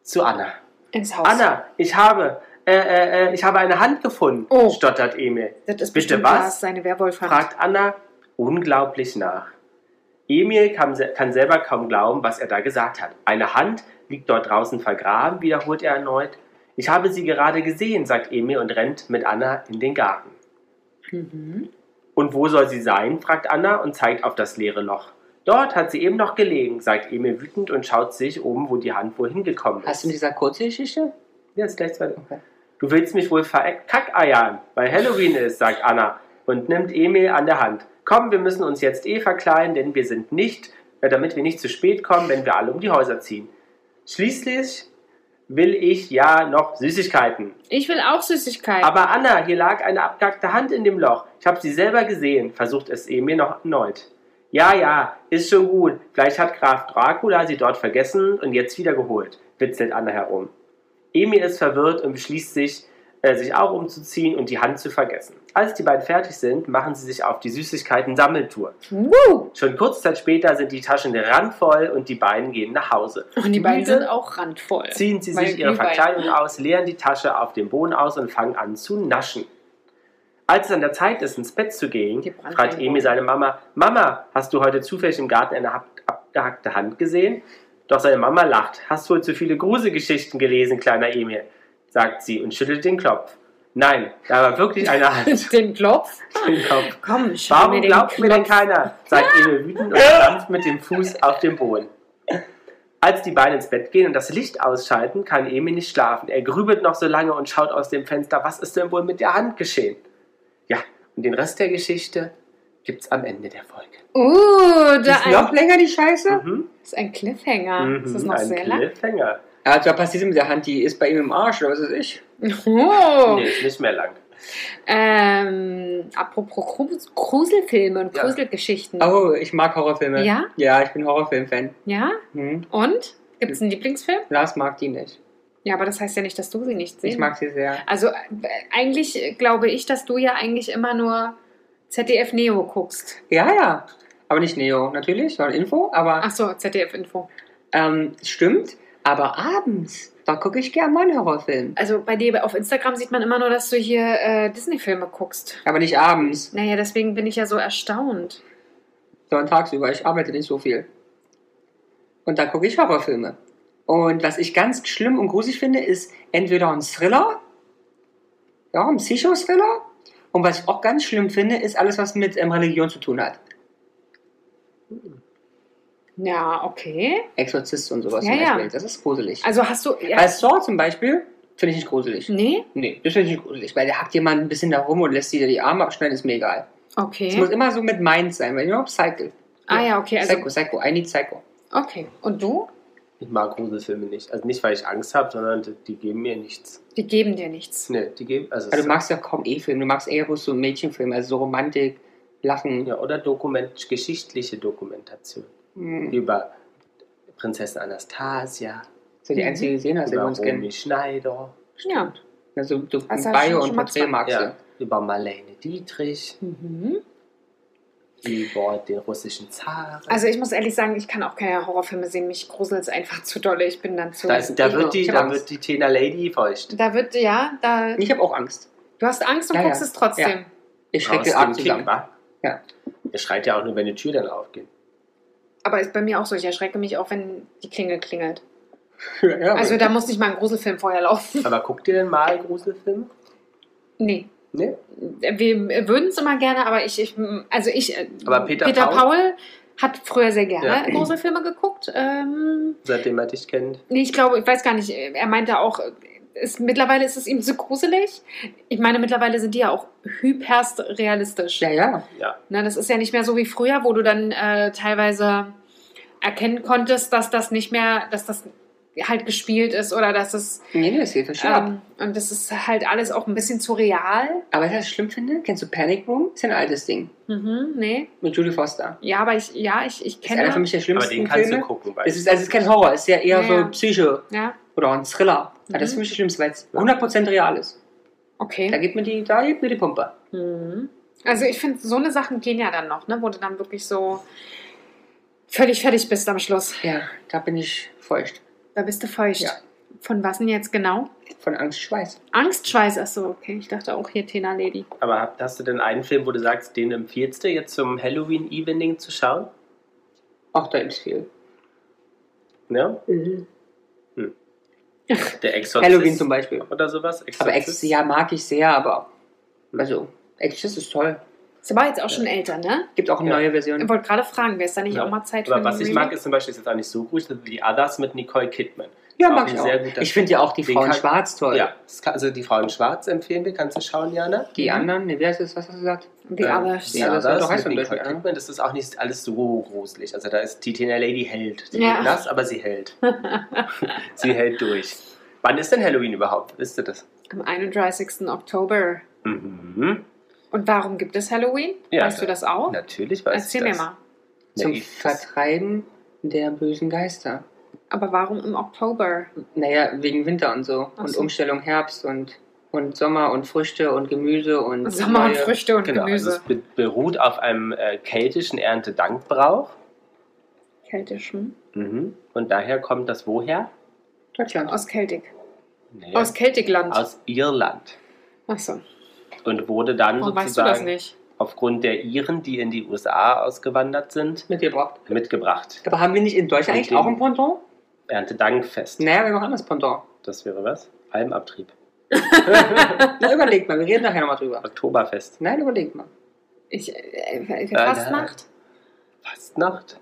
zu Anna. Ins Haus. Anna, ich habe, äh, äh, äh, ich habe eine Hand gefunden, Oh. stottert Emil. das ist Bitte bestimmt was? Lars, seine Werwolfhand. fragt Anna unglaublich nach. Emil kann, se- kann selber kaum glauben, was er da gesagt hat. Eine Hand liegt dort draußen vergraben, wiederholt er erneut. Ich habe sie gerade gesehen, sagt Emil und rennt mit Anna in den Garten. Mhm. Und wo soll sie sein? fragt Anna und zeigt auf das leere Loch. Dort hat sie eben noch gelegen, sagt Emil wütend und schaut sich um, wo die Hand wohl hingekommen ist. Hast du dieser kurze Geschichte? Ja, ist gleich zwei. Okay. Du willst mich wohl verkackeiern, weil Halloween ist, sagt Anna und nimmt Emil an der Hand. Komm, wir müssen uns jetzt eh verkleiden, denn wir sind nicht, äh, damit wir nicht zu spät kommen, wenn wir alle um die Häuser ziehen. Schließlich will ich ja noch Süßigkeiten. Ich will auch Süßigkeiten. Aber Anna, hier lag eine abgehackte Hand in dem Loch. Ich habe sie selber gesehen, versucht es Emil noch erneut. Ja, ja, ist schon gut. Vielleicht hat Graf Dracula sie dort vergessen und jetzt wieder geholt, witzelt Anna herum. Emil ist verwirrt und beschließt sich, äh, sich auch umzuziehen und die Hand zu vergessen. Als die beiden fertig sind, machen sie sich auf die Süßigkeiten-Sammeltour. Woo! Schon kurz Zeit später sind die Taschen randvoll und die beiden gehen nach Hause. Und die beiden Müde sind auch randvoll. ziehen sie Weil sich ihre Glühwein. *laughs* Verkleidung aus, leeren die Tasche auf dem Boden aus und fangen an zu naschen. Als es an der Zeit ist, ins Bett zu gehen, Die Brandeinbombe. fragt Emil seine Mama, Mama, hast du heute zufällig im Garten eine hab- abgehackte Hand gesehen? Doch seine Mama lacht, hast wohl zu viele Gruselgeschichten gelesen, kleiner Emil, sagt sie und schüttelt den Klopf. Nein, da war wirklich eine *laughs* Hand Den Klopf? im Kopf. Komm, schau Warum mir den glaubt mir denn Klopf. keiner? sagt Emil wütend und stampft mit dem Fuß auf den Boden. Als die beiden ins Bett gehen und das Licht ausschalten, kann Emil nicht schlafen. Er grübelt noch so lange und schaut aus dem Fenster, was ist denn wohl mit der Hand geschehen? Ja, und den Rest der Geschichte gibt's am Ende der Folge. Uh, da Ist ein, noch länger die Scheiße? Mhm. ist ein Cliffhanger. ist das noch ein sehr lang? Cliffhanger. Also, was passiert mit der Hand? Die ist bei ihm im Arsch, oder was weiß ich? *laughs* Oh. Nee, ist nicht mehr lang. Ähm, apropos Grus- Gruselfilme und Ja. Gruselgeschichten. Oh, ich mag Horrorfilme. Ja? Ja, ich bin Horrorfilm-Fan. Ja? Hm. Und? Gibt es einen Lieblingsfilm? Lars mag die nicht. Ja, aber das heißt ja nicht, dass du sie nicht siehst. Ich mag sie sehr. Also äh, eigentlich äh, glaube ich, dass du ja eigentlich immer nur ZDF Neo guckst. Ja, ja. Aber nicht Neo, natürlich, sondern Info. Aber Achso, ZDF Info. ähm, stimmt. Aber abends, da gucke ich gern mal einen Horrorfilm. Also bei dir auf Instagram sieht man immer nur, dass du hier äh, Disney-Filme guckst. Aber nicht abends, Naja, deswegen bin ich ja so erstaunt. sondern tagsüber. Ich arbeite nicht so viel. Und da gucke ich Horrorfilme. Und was ich ganz schlimm und gruselig finde, ist entweder ein Thriller, ja, ein Psychothriller. Und was ich auch ganz schlimm finde, ist alles, was mit ähm, Religion zu tun hat. Ja, okay. Exorzist und sowas Ja, zum ja. Beispiel. Das ist gruselig. Also hast du. Ja, Hm. Bei Saw zum Beispiel finde ich nicht gruselig. nee? Nee, das finde ich nicht gruselig, weil der hackt jemand ein bisschen da rum und lässt dir die Arme abschneiden, ist mir egal. Es muss Okay. immer so mit Mind sein, weil ich noch Psycho. Ah ja, okay. Also, Psycho, Psycho, I need Psycho. okay. Und du? Ich mag Gruselfilme nicht. Also nicht, weil ich Angst habe, sondern die, die geben mir nichts. Die geben dir nichts. Nee, die geben. Also, Also es- du magst ja kaum E-Filme, du magst eher bloß so Mädchenfilme, also so Romantik, Lachen. ja, oder Dokument, geschichtliche Dokumentation. Hm. über Prinzessin Anastasia, Mhm. Das ist ja die einzige, die gesehen hast, die über wir uns kennen. Romy Schneider, Ja. Also du Das hab ich Bayo schon und mal Porträt magst Ja, du. über Marlene Dietrich, Mhm. über den russischen Zaren. Also ich muss ehrlich sagen, ich kann auch keine Horrorfilme sehen. Mich gruselt es einfach zu dolle. Ich bin dann zu... da, ist, da, genau, wird die, ich hab da Angst. wird die Tena Lady feucht. da wird, ja, da... Ich habe auch Angst. Du hast Angst und Ja, ja. guckst es trotzdem. Ich Aus schrecke den dem Arm Kick, zusammen. wa? Ja. Er schreit ja auch nur, wenn die Tür dann aufgeht. Aber ist bei mir auch so. Ich erschrecke mich auch, wenn die Klingel klingelt. *laughs* Ja, ja, Also aber- da muss nicht mal ein Gruselfilm vorher laufen. *laughs* Aber guckt ihr denn mal Gruselfilme? Nee. Nee? Wir würden es immer gerne, aber ich, ich also ich, äh, Aber Peter Paul, Paul- hat früher sehr gerne Ja. große Filme geguckt. Ähm, Seitdem er dich kennt. nee, ich glaube, ich weiß gar nicht, er meinte auch, ist, mittlerweile ist es ihm so gruselig. Ich meine, mittlerweile sind die ja auch hyperst realistisch. ja, ja. Ne, das ist ja nicht mehr so wie früher, wo du dann äh, teilweise erkennen konntest, dass das nicht mehr, dass das halt gespielt ist oder dass es Nee, nee, das geht schon ab. ähm, und das ist halt alles auch ein bisschen zu real. Aber was ich das schlimm finde, kennst du Panic Room? Ist ein altes Ding. Mhm, nee. Mit Julie Foster. Ja, aber ich, ja, ich, ich Ist einer für kenne. mich der Aber schlimmsten den kannst Filme. du gucken, weil Es ist, also es ist kein Horror, es ist ja eher Ja, so ja. Psycho Ja, oder ein Thriller. Ja, das ist Mhm. für mich das Schlimmste, weil es 100% real ist. Da okay. gibt mir die, da gibt mir die Pumpe. Mhm. Also ich finde, so eine Sachen gehen ja dann noch, ne? Wo du dann wirklich so völlig fertig bist am Schluss. Ja, da bin ich feucht. Da bist du feucht. Ja. Von was denn jetzt genau? Von Angst Schweiß. Angstschweiß, achso, okay. Ich dachte auch hier Tena Lady. Aber hab- hast du denn einen Film, wo du sagst, den empfiehlst du jetzt zum Halloween-Evening zu schauen? Auch da ist viel. Ne? Der Exorzist. Halloween zum Beispiel. Oder sowas? Aber Ex, ja, mag ich sehr, aber also, Exorcist ist toll. Ist aber jetzt auch schon älter, ne? Gibt auch eine Ja. neue Ich Version. wollte gerade fragen, wäre es da nicht Hm. Ja. auch mal Zeit Aber ein was ich Remake? mag, ist zum Beispiel ist jetzt auch nicht so gut, die Others mit Nicole Kidman. Ja, Auch mag ein ich sehr auch. guter Ich finde ja auch die Den Frauen kann- schwarz toll. Ja, Mhm. das kann, also die Frau in Schwarz empfehlen wir, kannst du schauen, Jana. Die anderen, ne, wer ist das, was hast du gesagt? The Ähm, Others. Die Ja, das Others hat doch heißt mit im Nicole Deutschen, ja. Kidman, das ist auch nicht alles so gruselig. Also da ist die Tina Lady hält. Die Ja. ja. nass, aber sie *laughs* hält. sie hält durch. Wann ist denn Halloween überhaupt? Wisst ihr das? Am 31. Oktober. Mhm. Und warum gibt es Halloween? Ja, weißt du das auch? Natürlich weiß Erzähl ich mir das. mal. Nee, Zum ich- Vertreiben der bösen Geister. Aber warum im Oktober? Hm, Naja, wegen Winter und so. Ach Und so. Umstellung Herbst und, und Sommer und Früchte und Gemüse und. Sommer und neue- Früchte und Genau, also es Gemüse. be- beruht auf einem äh, keltischen Erntedankbrauch. Keltischen. Mhm. Und daher kommt das woher? Deutschland. Aus Keltik. Nee. Aus Keltikland. Aus Irland. Achso. Und wurde dann Warum weißt du das sozusagen nicht? aufgrund der Iren, die in die USA ausgewandert sind, Mitgebracht. mitgebracht. Aber haben wir nicht in Deutschland Und eigentlich den- auch ein Pendant? Erntedankfest. Ne. Naja, wir machen anders Pendant. Das wäre was? Almabtrieb. Na, überleg mal, wir reden nachher nochmal drüber. Oktoberfest. Nein, überleg mal. Ich, äh, äh, Äh, Fastnacht? Fastnacht?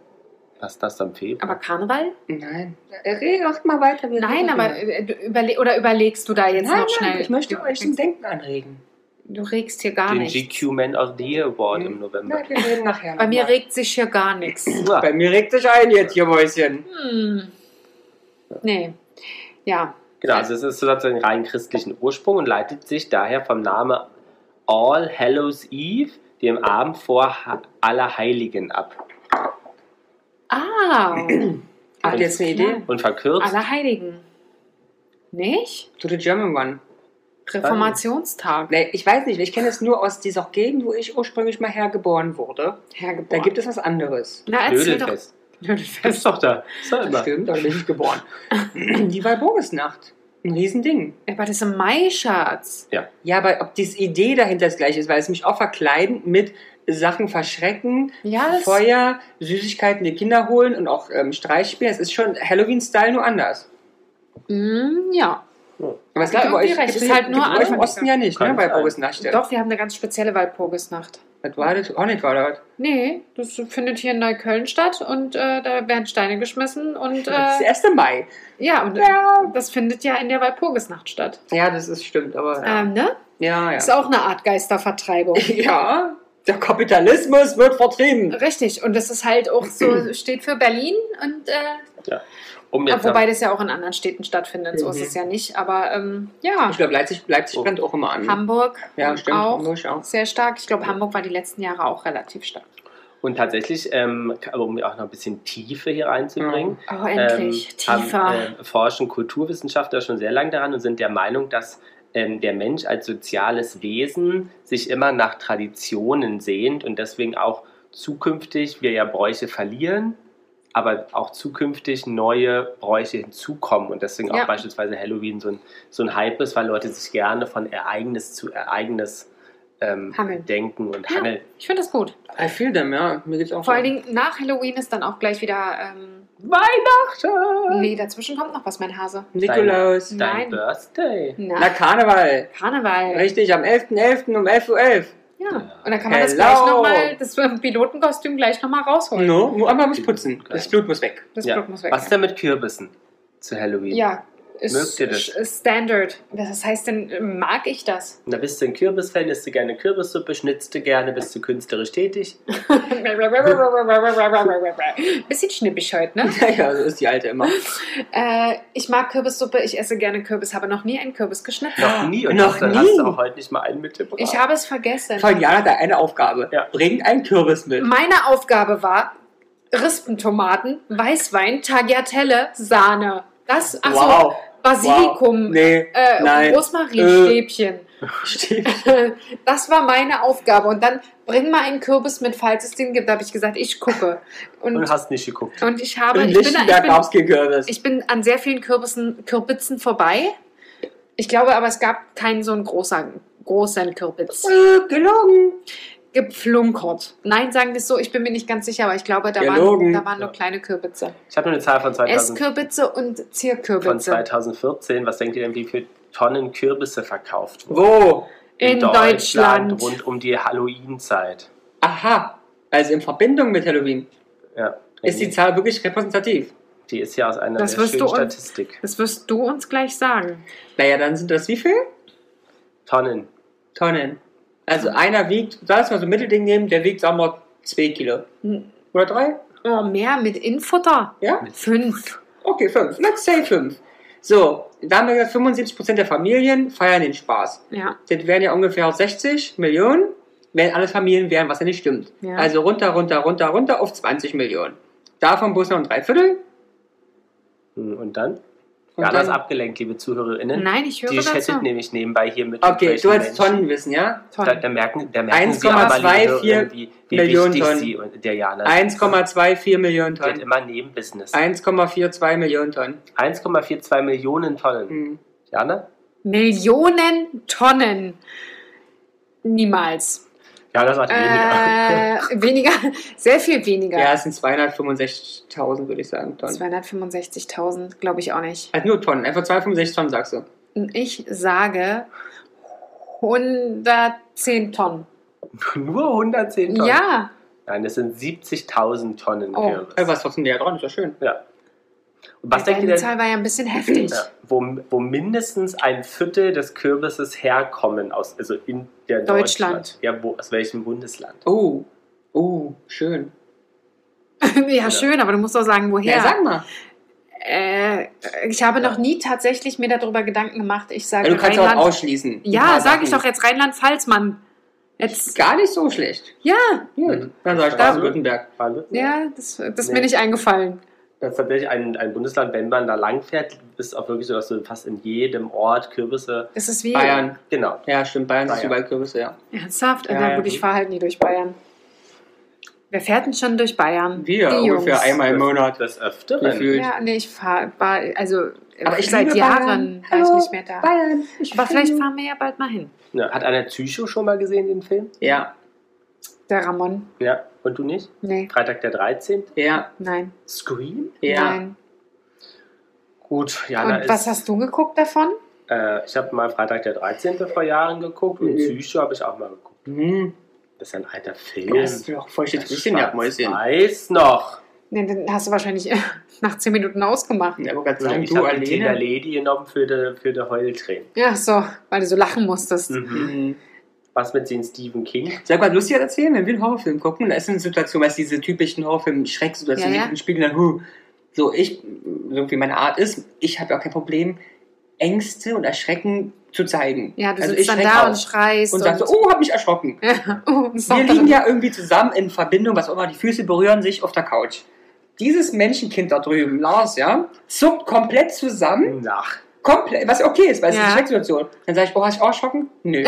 Was das am Februar? Aber Karneval? Nein. Red doch mal weiter. wir Nein, reden aber drüber. genau. äh, du überle oder überlegst du da jetzt nein, noch nein, schnell? ich möchte euch zum Denken anregen. Du regst hier gar Den nichts. Hm. GQ Man of the Year Award Mhm. im November. Nein, wir reden nachher Bei mir nochmal. regt sich hier gar nichts. Ah, Bei mir regt sich ein jetzt, ihr Mäuschen. Hm. Nee. Ja. Genau, also es ist sozusagen rein christlichen Ursprung und leitet sich daher vom Namen All Hallows Eve, dem Abend vor Ha- Allerheiligen, ab. *clears throat* Ah. Habt ihr jetzt eine Idee? Und verkürzt Allerheiligen. Nicht? To the German one. Reformationstag. Nee, ich weiß nicht, ich kenne es nur aus dieser Gegend, wo ich ursprünglich mal hergeboren wurde. Da Hergeboren. gibt es was anderes. Na, erzähl doch. Blödelfest. Blödelfest. Ist doch da. Ist doch Das immer. stimmt, da bin ich geboren. Die Walburgisnacht. Ein Riesending. Aber das ist im Mai, Schatz. Ja, aber ob diese Idee dahinter das gleiche ist, weil es mich auch verkleiden mit Sachen verschrecken, Ja, das Feuer, Süßigkeiten die Kinder holen und auch ähm, Streichspiel. Es ist schon Halloween-Style, nur anders. Mm, ja. Aber es Ja, gibt ja irgendwie bei euch, recht. gibt's Ist hier- halt nur gibt's bei euch im Anfang Osten ja nicht, ne? Kann Bei sein. Walburgisnacht. Doch, wir haben eine ganz spezielle Walpurgisnacht. Das war das auch nicht, oder? Äh. was? Nee, das findet hier in Neukölln statt und äh, da werden Steine geschmissen und Das äh, ist der 1. Mai. ja, und Ja. das findet ja in der Walpurgisnacht statt. Ja, das ist stimmt, aber. Ähm, ne? ja, Ist ja. auch eine Art Geistervertreibung. *laughs* Ja, der Kapitalismus wird vertrieben. Richtig, und das ist halt auch *clears throat* so, steht für Berlin und äh, Um jetzt wobei das ja auch in anderen Städten stattfindet, so ist Mhm. es ja nicht. Aber ähm, ja, Ich glaube, Leipzig, Leipzig Oh. brennt auch immer an. Hamburg ja, stimmt. auch. Hamburg auch. sehr stark. Ich glaube, Hamburg war die letzten Jahre auch relativ stark. noch, und tatsächlich, ähm, um auch noch ein bisschen Tiefe hier reinzubringen, Oh, endlich. ähm, äh, Tiefer. Haben, äh, forschen Kulturwissenschaftler schon sehr lange daran und sind der Meinung, dass ähm, der Mensch als soziales Wesen sich immer nach Traditionen sehnt und deswegen auch zukünftig wir ja Bräuche verlieren, aber auch zukünftig neue Bräuche hinzukommen und deswegen Ja. auch beispielsweise Halloween so ein, so ein Hype ist, weil Leute sich gerne von Ereignis zu Ereignis ähm, Hangeln. denken und Ja. handeln. Ich finde das gut. I feel them, ja. Mir geht's auch Vor so. allen Dingen nach Halloween ist dann auch gleich wieder. Ähm, Weihnachten! nee, dazwischen kommt noch was, mein Hase. Nikolaus. Dein Nein. Birthday. Na, Na, Karneval. Karneval. Richtig, am 11.11. um 11.11 Uhr. Ja. Und dann kann man das Hello. gleich nochmal, das Pilotenkostüm gleich nochmal rausholen. No, nur einmal muss putzen. Geil. Das Blut muss weg. *laughs* Das Ja. Blut muss weg. Was ist denn mit Kürbissen zu Halloween? Ja. Ist, Mögt ihr das? Ist Standard. Was heißt denn, mag ich *laughs* das? Na, bist du ein Kürbisfan, isst du gerne Kürbissuppe, schnitzt du gerne, bist du *gasps* künstlerisch tätig? Bisschen schnippig heute, *laughs* ne? Naja, so ist die *laughs* alte immer. Äh, ich mag Kürbissuppe, ich esse gerne Kürbis, habe noch nie einen Kürbis geschnitten. Noch nie und Noch hast- dann nie. hast du auch heute nicht mal einen mitgebracht. Ich habe es vergessen. Vor allem, Jana hat da eine Aufgabe. Ja. Bringt einen Kürbis mit. Meine Aufgabe war Rispentomaten, Weißwein, Tagliatelle, Sahne. Das, achso, wow. Basilikum, Wow. Nee, äh, nein. Rosmarinstäbchen. Stimmt. *laughs* Das war meine Aufgabe. Und dann bring mal einen Kürbis mit, falls es den gibt. Da habe ich gesagt, ich gucke. und Und, hast nicht geguckt. und ich habe, In ich bin, ich, Lichtenberg bin, gab es keinen Kürbis. ich bin an sehr vielen Kürbissen, Kürbitzen vorbei. Ich glaube aber, es gab keinen so einen großen, großen Kürbis. Äh, gelogen. Gepflunkert. Nein, sagen wir es so, ich bin mir nicht ganz sicher, aber ich glaube, da waren, Gelogen. da waren nur kleine Kürbisse. Ich habe nur eine Zahl von, 2000, Esskürbisse und von Zierkürbisse. 2014. Was denkt ihr denn, wie viele Tonnen Kürbisse verkauft wurden? Wo? In Deutschland. Rund um die Halloween-Zeit. Aha. Also in Verbindung mit Halloween. Ja. Ist die Zahl wirklich repräsentativ? Die ist ja aus einer Das sehr wirst schönen du uns- Statistik. Das wirst du uns gleich sagen. Naja, dann sind das wie viel? Tonnen. Tonnen. Also einer wiegt, lass mal so ein Mittelding nehmen, der wiegt, sagen wir, 2 Kilo. Hm. Oder drei? Oh, mehr mit Infutter? Ja? Fünf. Okay, fünf. Let's say fünf. So, da haben wir gesagt, 75% der Familien feiern den Spaß. Ja. Das wären ja ungefähr 60 Millionen, wenn alle Familien wären, was ja nicht stimmt. Ja. Also runter, runter, runter, runter auf 20 Millionen. Davon bloß noch ein Dreiviertel. Hm, Und dann? Und ja, das dann- abgelenkt, liebe ZuhörerInnen. Nein, ich höre die dazu. chattet nämlich nebenbei hier mit. Okay, irgendwelchen du hast Menschen. Tonnen wissen, ja? Toll. Da, da merken, da merken sie aber, liebe 1,24 Hörerinnen, wie, wie Millionen wichtig Tonnen. sie und der Jana ist. 1,24 Millionen Sie hat Tonnen. immer Nebenbusiness. 1,42 Millionen Tonnen. 1,42 Millionen Tonnen. Hm. Jana? Millionen Tonnen. Niemals. Jana sagt Äh, weniger. Äh, weniger, *laughs* sehr viel weniger. Ja, es sind 265.000, würde ich sagen, Tonnen. 265.000, glaube ich auch nicht. Also nur Tonnen, einfach 265 Tonnen, sagst du. Ich sage 110 Tonnen. *laughs* Nur 110 Tonnen? Äh, Ja, Nein, das sind 70.000 Tonnen Oh. Aber Kürbis. was trotzdem näher dran, ist ja schön. Ja. Und was denkt die ihr denn, Zahl war ja ein bisschen heftig. ja, wo, wo mindestens ein Viertel des Kürbisses herkommen, aus, also in der Deutschland. Deutschland. Ja, wo, aus welchem Bundesland? Oh, oh, schön. *laughs* Ja, schön, aber du musst doch sagen, Ja, woher. sag mal. äh, ich habe noch nie tatsächlich mir darüber Gedanken gemacht. Ich sage Ja, du kannst ja Rheinland. auch ausschließen. Ein ja, paar sage ich doch Sachen. jetzt Rheinland-Pfalz, Mann. Jetzt, Gar nicht so schlecht. ja, Gut, Mhm. dann sag ich Da- Baden-Württemberg. Baden-Württemberg? ja, das, das ist Nee. mir nicht eingefallen. Das ist tatsächlich ein, ein Bundesland, wenn man da lang fährt, ist auch wirklich so, dass du fast in jedem Ort Kürbisse. Es ist wie Bayern. Genau. Ja, stimmt, Bayern ist Bayern. überall Kürbisse, ja. Ernsthaft? Ja, Na ja. gut, ich fahre halt nie durch Bayern. Wer fährt denn schon durch Bayern? Wir, Die Jungs. ungefähr einmal im Monat. Das Öfteren. Gefühlt. Ja, nee, ich fahre, war, also Aber ich seit liebe Jahren Bayern. war ich Hallo, nicht mehr da. Bayern. Ich Aber vielleicht bin- fahren wir ja bald mal hin. Ja. Hat einer Psycho schon mal gesehen, den Film? Ja, Der Ramon. Ja. Und du nicht? Nee, Freitag der 13. ja, nein, Scream? ja. nein. Gut, Jana Und was ist. hast du geguckt davon? Äh, ich habe mal Freitag der 13. vor Jahren geguckt und Mhm. Psycho habe ich auch mal geguckt. Hm. Das ist ein alter Film. Das ist doch voll steht richtig in der Mäuschen. weiß noch. Nee, den hast du wahrscheinlich *laughs* nach zehn Minuten ausgemacht. Ja, aber ganz sagen, Also Ich du habe die Tina alleine. Lady genommen für die, für die Heultränen. Ja, so, weil du so lachen musstest. Mhm. Mhm. Was mit den Stephen King? Sag mal, lustiger erzählen, wenn wir einen Horrorfilm gucken, da ist eine Situation, weißt du, diese typischen Horrorfilm-Schrecksituationen, Ja, ja, ja. ja. die spielen dann, huh. so ich, so wie meine Art ist, ich habe ja auch kein Problem, Ängste und Erschrecken zu zeigen. Ja, du also sitzt dann schreck da auf und schreist. und sagst, so, oh, hab mich erschrocken. Ja, *laughs* oh, ein Song Wir liegen drin. ja irgendwie zusammen in Verbindung, was auch immer, die Füße berühren sich auf der Couch. Dieses Menschenkind da drüben, Lars, ja, zuckt komplett zusammen, Nach. Komplett, was okay ist, weil es Ja. ist eine Schrecksituation. Dann sage ich, boah, hast du auch erschrocken? Nö.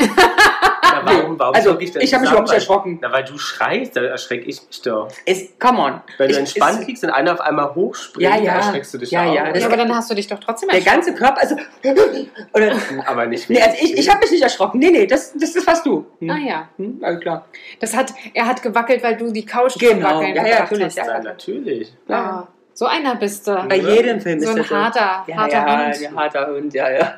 Na, warum, warum also, soll denn ich habe mich überhaupt nicht zusammenreißen? erschrocken. Na, weil du schreist, dann erschrecke ich mich doch. Ist, come on. Wenn Ich- du entspannt ist- liegst und einer auf einmal hochspringt, Ja, ja. erschreckst du dich Ja, auch. ja, das- Ja, aber dann hast du dich doch trotzdem Der ganze Körper, also. Oder, aber nicht nee, also ich, ich habe mich nicht erschrocken. Nee, nee, das, das ist fast du. Hm. Ah ja. Hm, alles klar. Das hat, er hat gewackelt, weil du die Couch zum Genau. Wackeln Ja, ja, gebracht natürlich. hast. Ja, Na, natürlich. Ah, so einer bist du. Bei jedem Film So ist ein das harter, Ja, harter ja, Hund. ein harter Hund, ja, ja.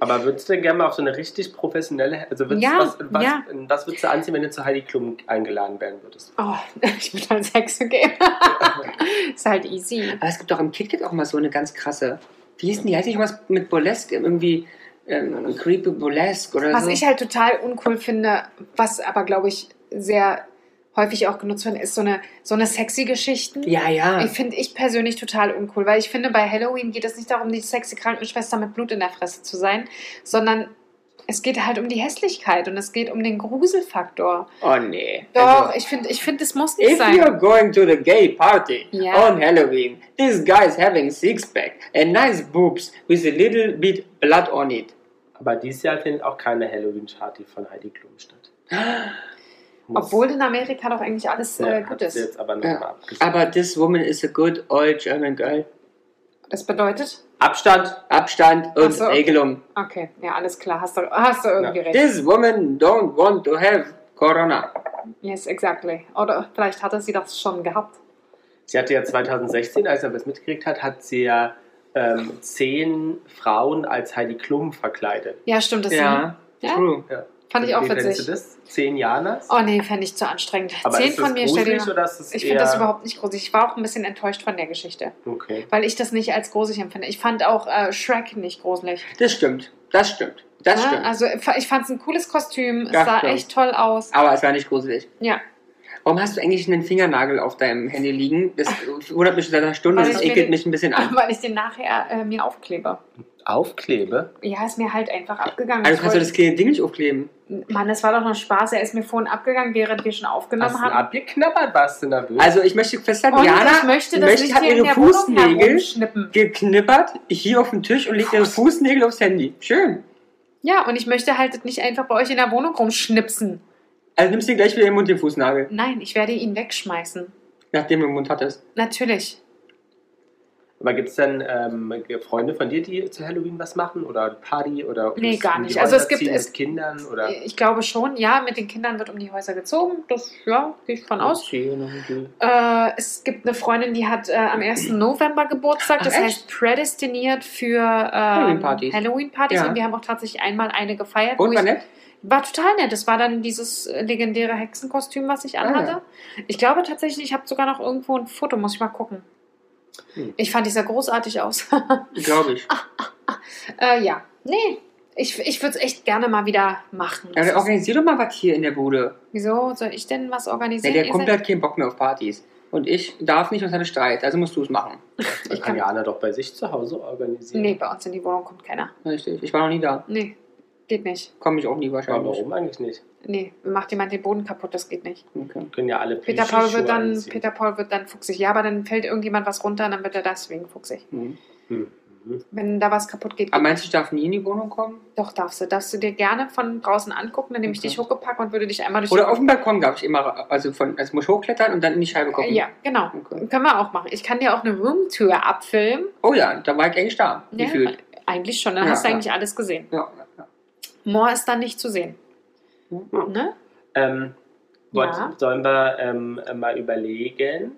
Aber würdest du gerne mal auf so eine richtig professionelle, also würdest, Ja, was, was, ja. was würdest du anziehen, wenn du zu Heidi Klum eingeladen werden würdest? Oh, *laughs* ich würde als Hexe gehen. *laughs* ist halt easy. Aber es gibt doch im KitKat auch mal so eine ganz krasse. Wie hieß denn die? Heißt nicht was mit Burlesque? Irgendwie ähm, Creepy Burlesque oder Was so? ich halt total uncool finde, was aber, glaube ich, sehr häufig auch genutzt wird, ist so eine, so eine sexy Geschichten. ja, ja. Ich finde ich persönlich total uncool, weil ich finde, bei Halloween geht es nicht darum, die sexy Krankenschwester mit Blut in der Fresse zu sein, sondern es geht halt um die Hässlichkeit und es geht um den Gruselfaktor. Oh nee. Doch, Also, ich finde, ich find, das muss nicht If sein. you're going to the gay party Ja. on Halloween, this guy's having six pack and nice boobs with a little bit blood on it. Aber dieses Jahr findet auch keine Halloween-Party von Heidi Klum statt. Muss- Obwohl in Amerika doch eigentlich alles äh, Ja, gut hat sie ist. Jetzt aber noch Ja. mal abgesagt. Aber this woman is a good old German girl. Das bedeutet? Abstand. Abstand Ach und so. Regelung. Okay, ja, alles klar. Hast du, hast du irgendwie recht. This woman don't want to have Corona. Yes, exactly. Oder vielleicht hatte sie das schon gehabt. Sie hatte ja 2016, als er das mitgekriegt hat, hat sie ja ähm, zehn Frauen als Heidi Klum verkleidet. Ja, stimmt. Das Ja, Ja? true. Ja. fand ich auch Wie fändest witzig. du das? Zehn Janas? Oh nee, fände ich zu anstrengend. Aber Zehn ist das von mir stell dir gruselig mal. oder ist das Ich eher... finde das überhaupt nicht gruselig. Ich war auch ein bisschen enttäuscht von der Geschichte, Okay. weil ich das nicht als gruselig empfinde. Ich fand auch äh, Shrek nicht gruselig. Das stimmt. Das stimmt. Das Ne? stimmt. Also ich fand es ein cooles Kostüm. Es Ja, sah stimmt. echt toll aus. Aber es war nicht gruselig. Ja, *laughs* Warum hast du eigentlich einen Fingernagel auf deinem Handy liegen? Das wundert mich seit einer Stunde und Weil das ich mir ekelt den- mich ein bisschen an. weil ich den nachher äh, mir aufklebe. Aufklebe? Ja, ist mir halt einfach abgegangen. Also Ich kannst du das wollte- kleine Ding nicht aufkleben. Mann, das war doch noch Spaß. Er ist mir vorhin abgegangen, während wir schon Hast aufgenommen du haben. abgeknabbert? Warst du nervös? Also ich möchte festhalten, Und Jana ich möchte das möchte, nicht hat hier in ihre der Wohnung Fußnägel herumschnippen. geknippert hier auf den Tisch und legt ihre Fußnägel aufs Handy. Schön. Ja, und ich möchte halt nicht einfach bei euch in der Wohnung rumschnipsen. Also nimmst du dir gleich wieder in den Mund den Fußnagel, Nein, ich werde ihn wegschmeißen. nachdem du im Mund hattest. Natürlich. Aber gibt es denn ähm, Freunde von dir, die zu Halloween was machen? Oder Party? Oder Nee, gar in die nicht. Also es Häuser gibt- ziehen es- mit Kindern? Oder? Ich glaube schon, ja, mit den Kindern wird um die Häuser gezogen. Das, ja, gehe ich von aus. Okay. Äh, es gibt eine Freundin, die hat äh, am 1. November Geburtstag. Das Ach, echt? heißt, prädestiniert für ähm, Halloween-Partys. Halloween-Partys. Ja. Und wir haben auch tatsächlich einmal eine gefeiert. wo Und ich- war nett? War total nett. Das war dann dieses äh, legendäre Hexenkostüm, was ich anhatte. Ah, Ich glaube tatsächlich, ich habe sogar noch irgendwo ein Foto, muss ich mal gucken. Hm. Ich fand die sah großartig aus. *laughs* Glaube ich. äh, ja, nee. Ich, ich würde es echt gerne mal wieder machen. Ja, dann organisier doch mal was hier in der Bude. Wieso soll ich denn was Ja, organisieren? der Ihr Kumpel seid- hat keinen Bock mehr auf Partys. Und ich darf nicht und hatte Streit, also musst du es machen. Das kann- kann Jana doch bei sich zu Hause organisieren. nee, bei uns in die Wohnung kommt keiner. Richtig. Ich war noch nie da. Nee, geht nicht. Komme ich auch nie Aber wahrscheinlich. warum eigentlich nicht? Nee, macht jemand den Boden kaputt, das geht nicht. Okay. Können ja alle Peter Plüschschuhe Paul, wird dann, anziehen. Peter Paul wird dann fuchsig. Ja, aber dann fällt irgendjemand was runter und dann wird er deswegen fuchsig. Hm. Hm, hm. Wenn da was kaputt geht, Aber meinst du, ich darf nie in die Wohnung kommen? Doch, darfst du. Darfst du dir gerne von draußen angucken, dann nehme ich Okay. dich hochgepackt und würde dich einmal durch Mhm. Oder die auf dem Balkon darf ich immer, also von, also muss ich hochklettern und dann in die Scheibe gucken. Ja, genau. Okay. Können wir auch machen. Ich kann dir auch eine Roomtour abfilmen. Oh ja, da war ich eigentlich da. Ja, Gefühlt. Eigentlich schon, dann Ja, hast du ja. eigentlich alles gesehen. Ja. ja. Moor ist dann nicht zu sehen. Hm. Ne? Ähm, wollt- Ja. Sollen wir ähm, mal überlegen,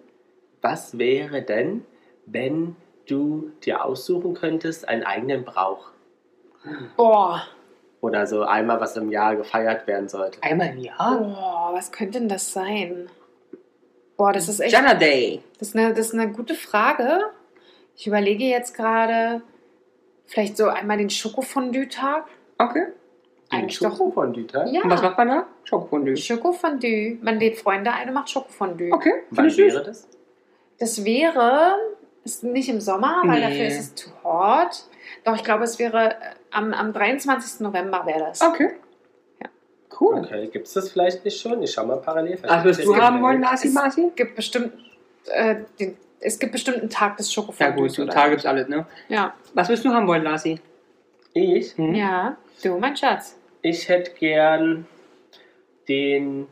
was wäre denn, wenn du dir aussuchen könntest, einen eigenen Brauch? Boah. Oder so einmal, was im Jahr gefeiert werden sollte. Einmal im Jahr? Boah, was könnte denn das sein? Boah, das ist echt. Jana Day. Das ist, eine, das ist eine gute Frage. Ich überlege jetzt gerade, vielleicht so einmal den Schokofondue-Tag. Okay. Eigentlich Den doch. Schokofondue, ja? Ja. Und was macht man da? Schokofondue. Schokofondue. Man lädt Freunde ein und macht Schokofondue. Okay, finde Wann ich süß. wäre das? Das wäre ist nicht im Sommer, weil Nee. dafür ist es zu hot. Doch, ich glaube, es wäre äh, am, am 23. November wäre das. Okay. Ja. Cool. Okay, gibt es das vielleicht nicht schon? Ich schau mal parallel. Was würdest du haben wollen, Nasi Es- Masi? Es gibt bestimmt, äh, den, es gibt bestimmt einen Tag des Ja Schokofondues. gut, zum oder? Tag gibt's alles, ne? Ja. Was willst du haben wollen, Lasi? Ich? Hm? Ja, du, mein Schatz. Ich hätte gern den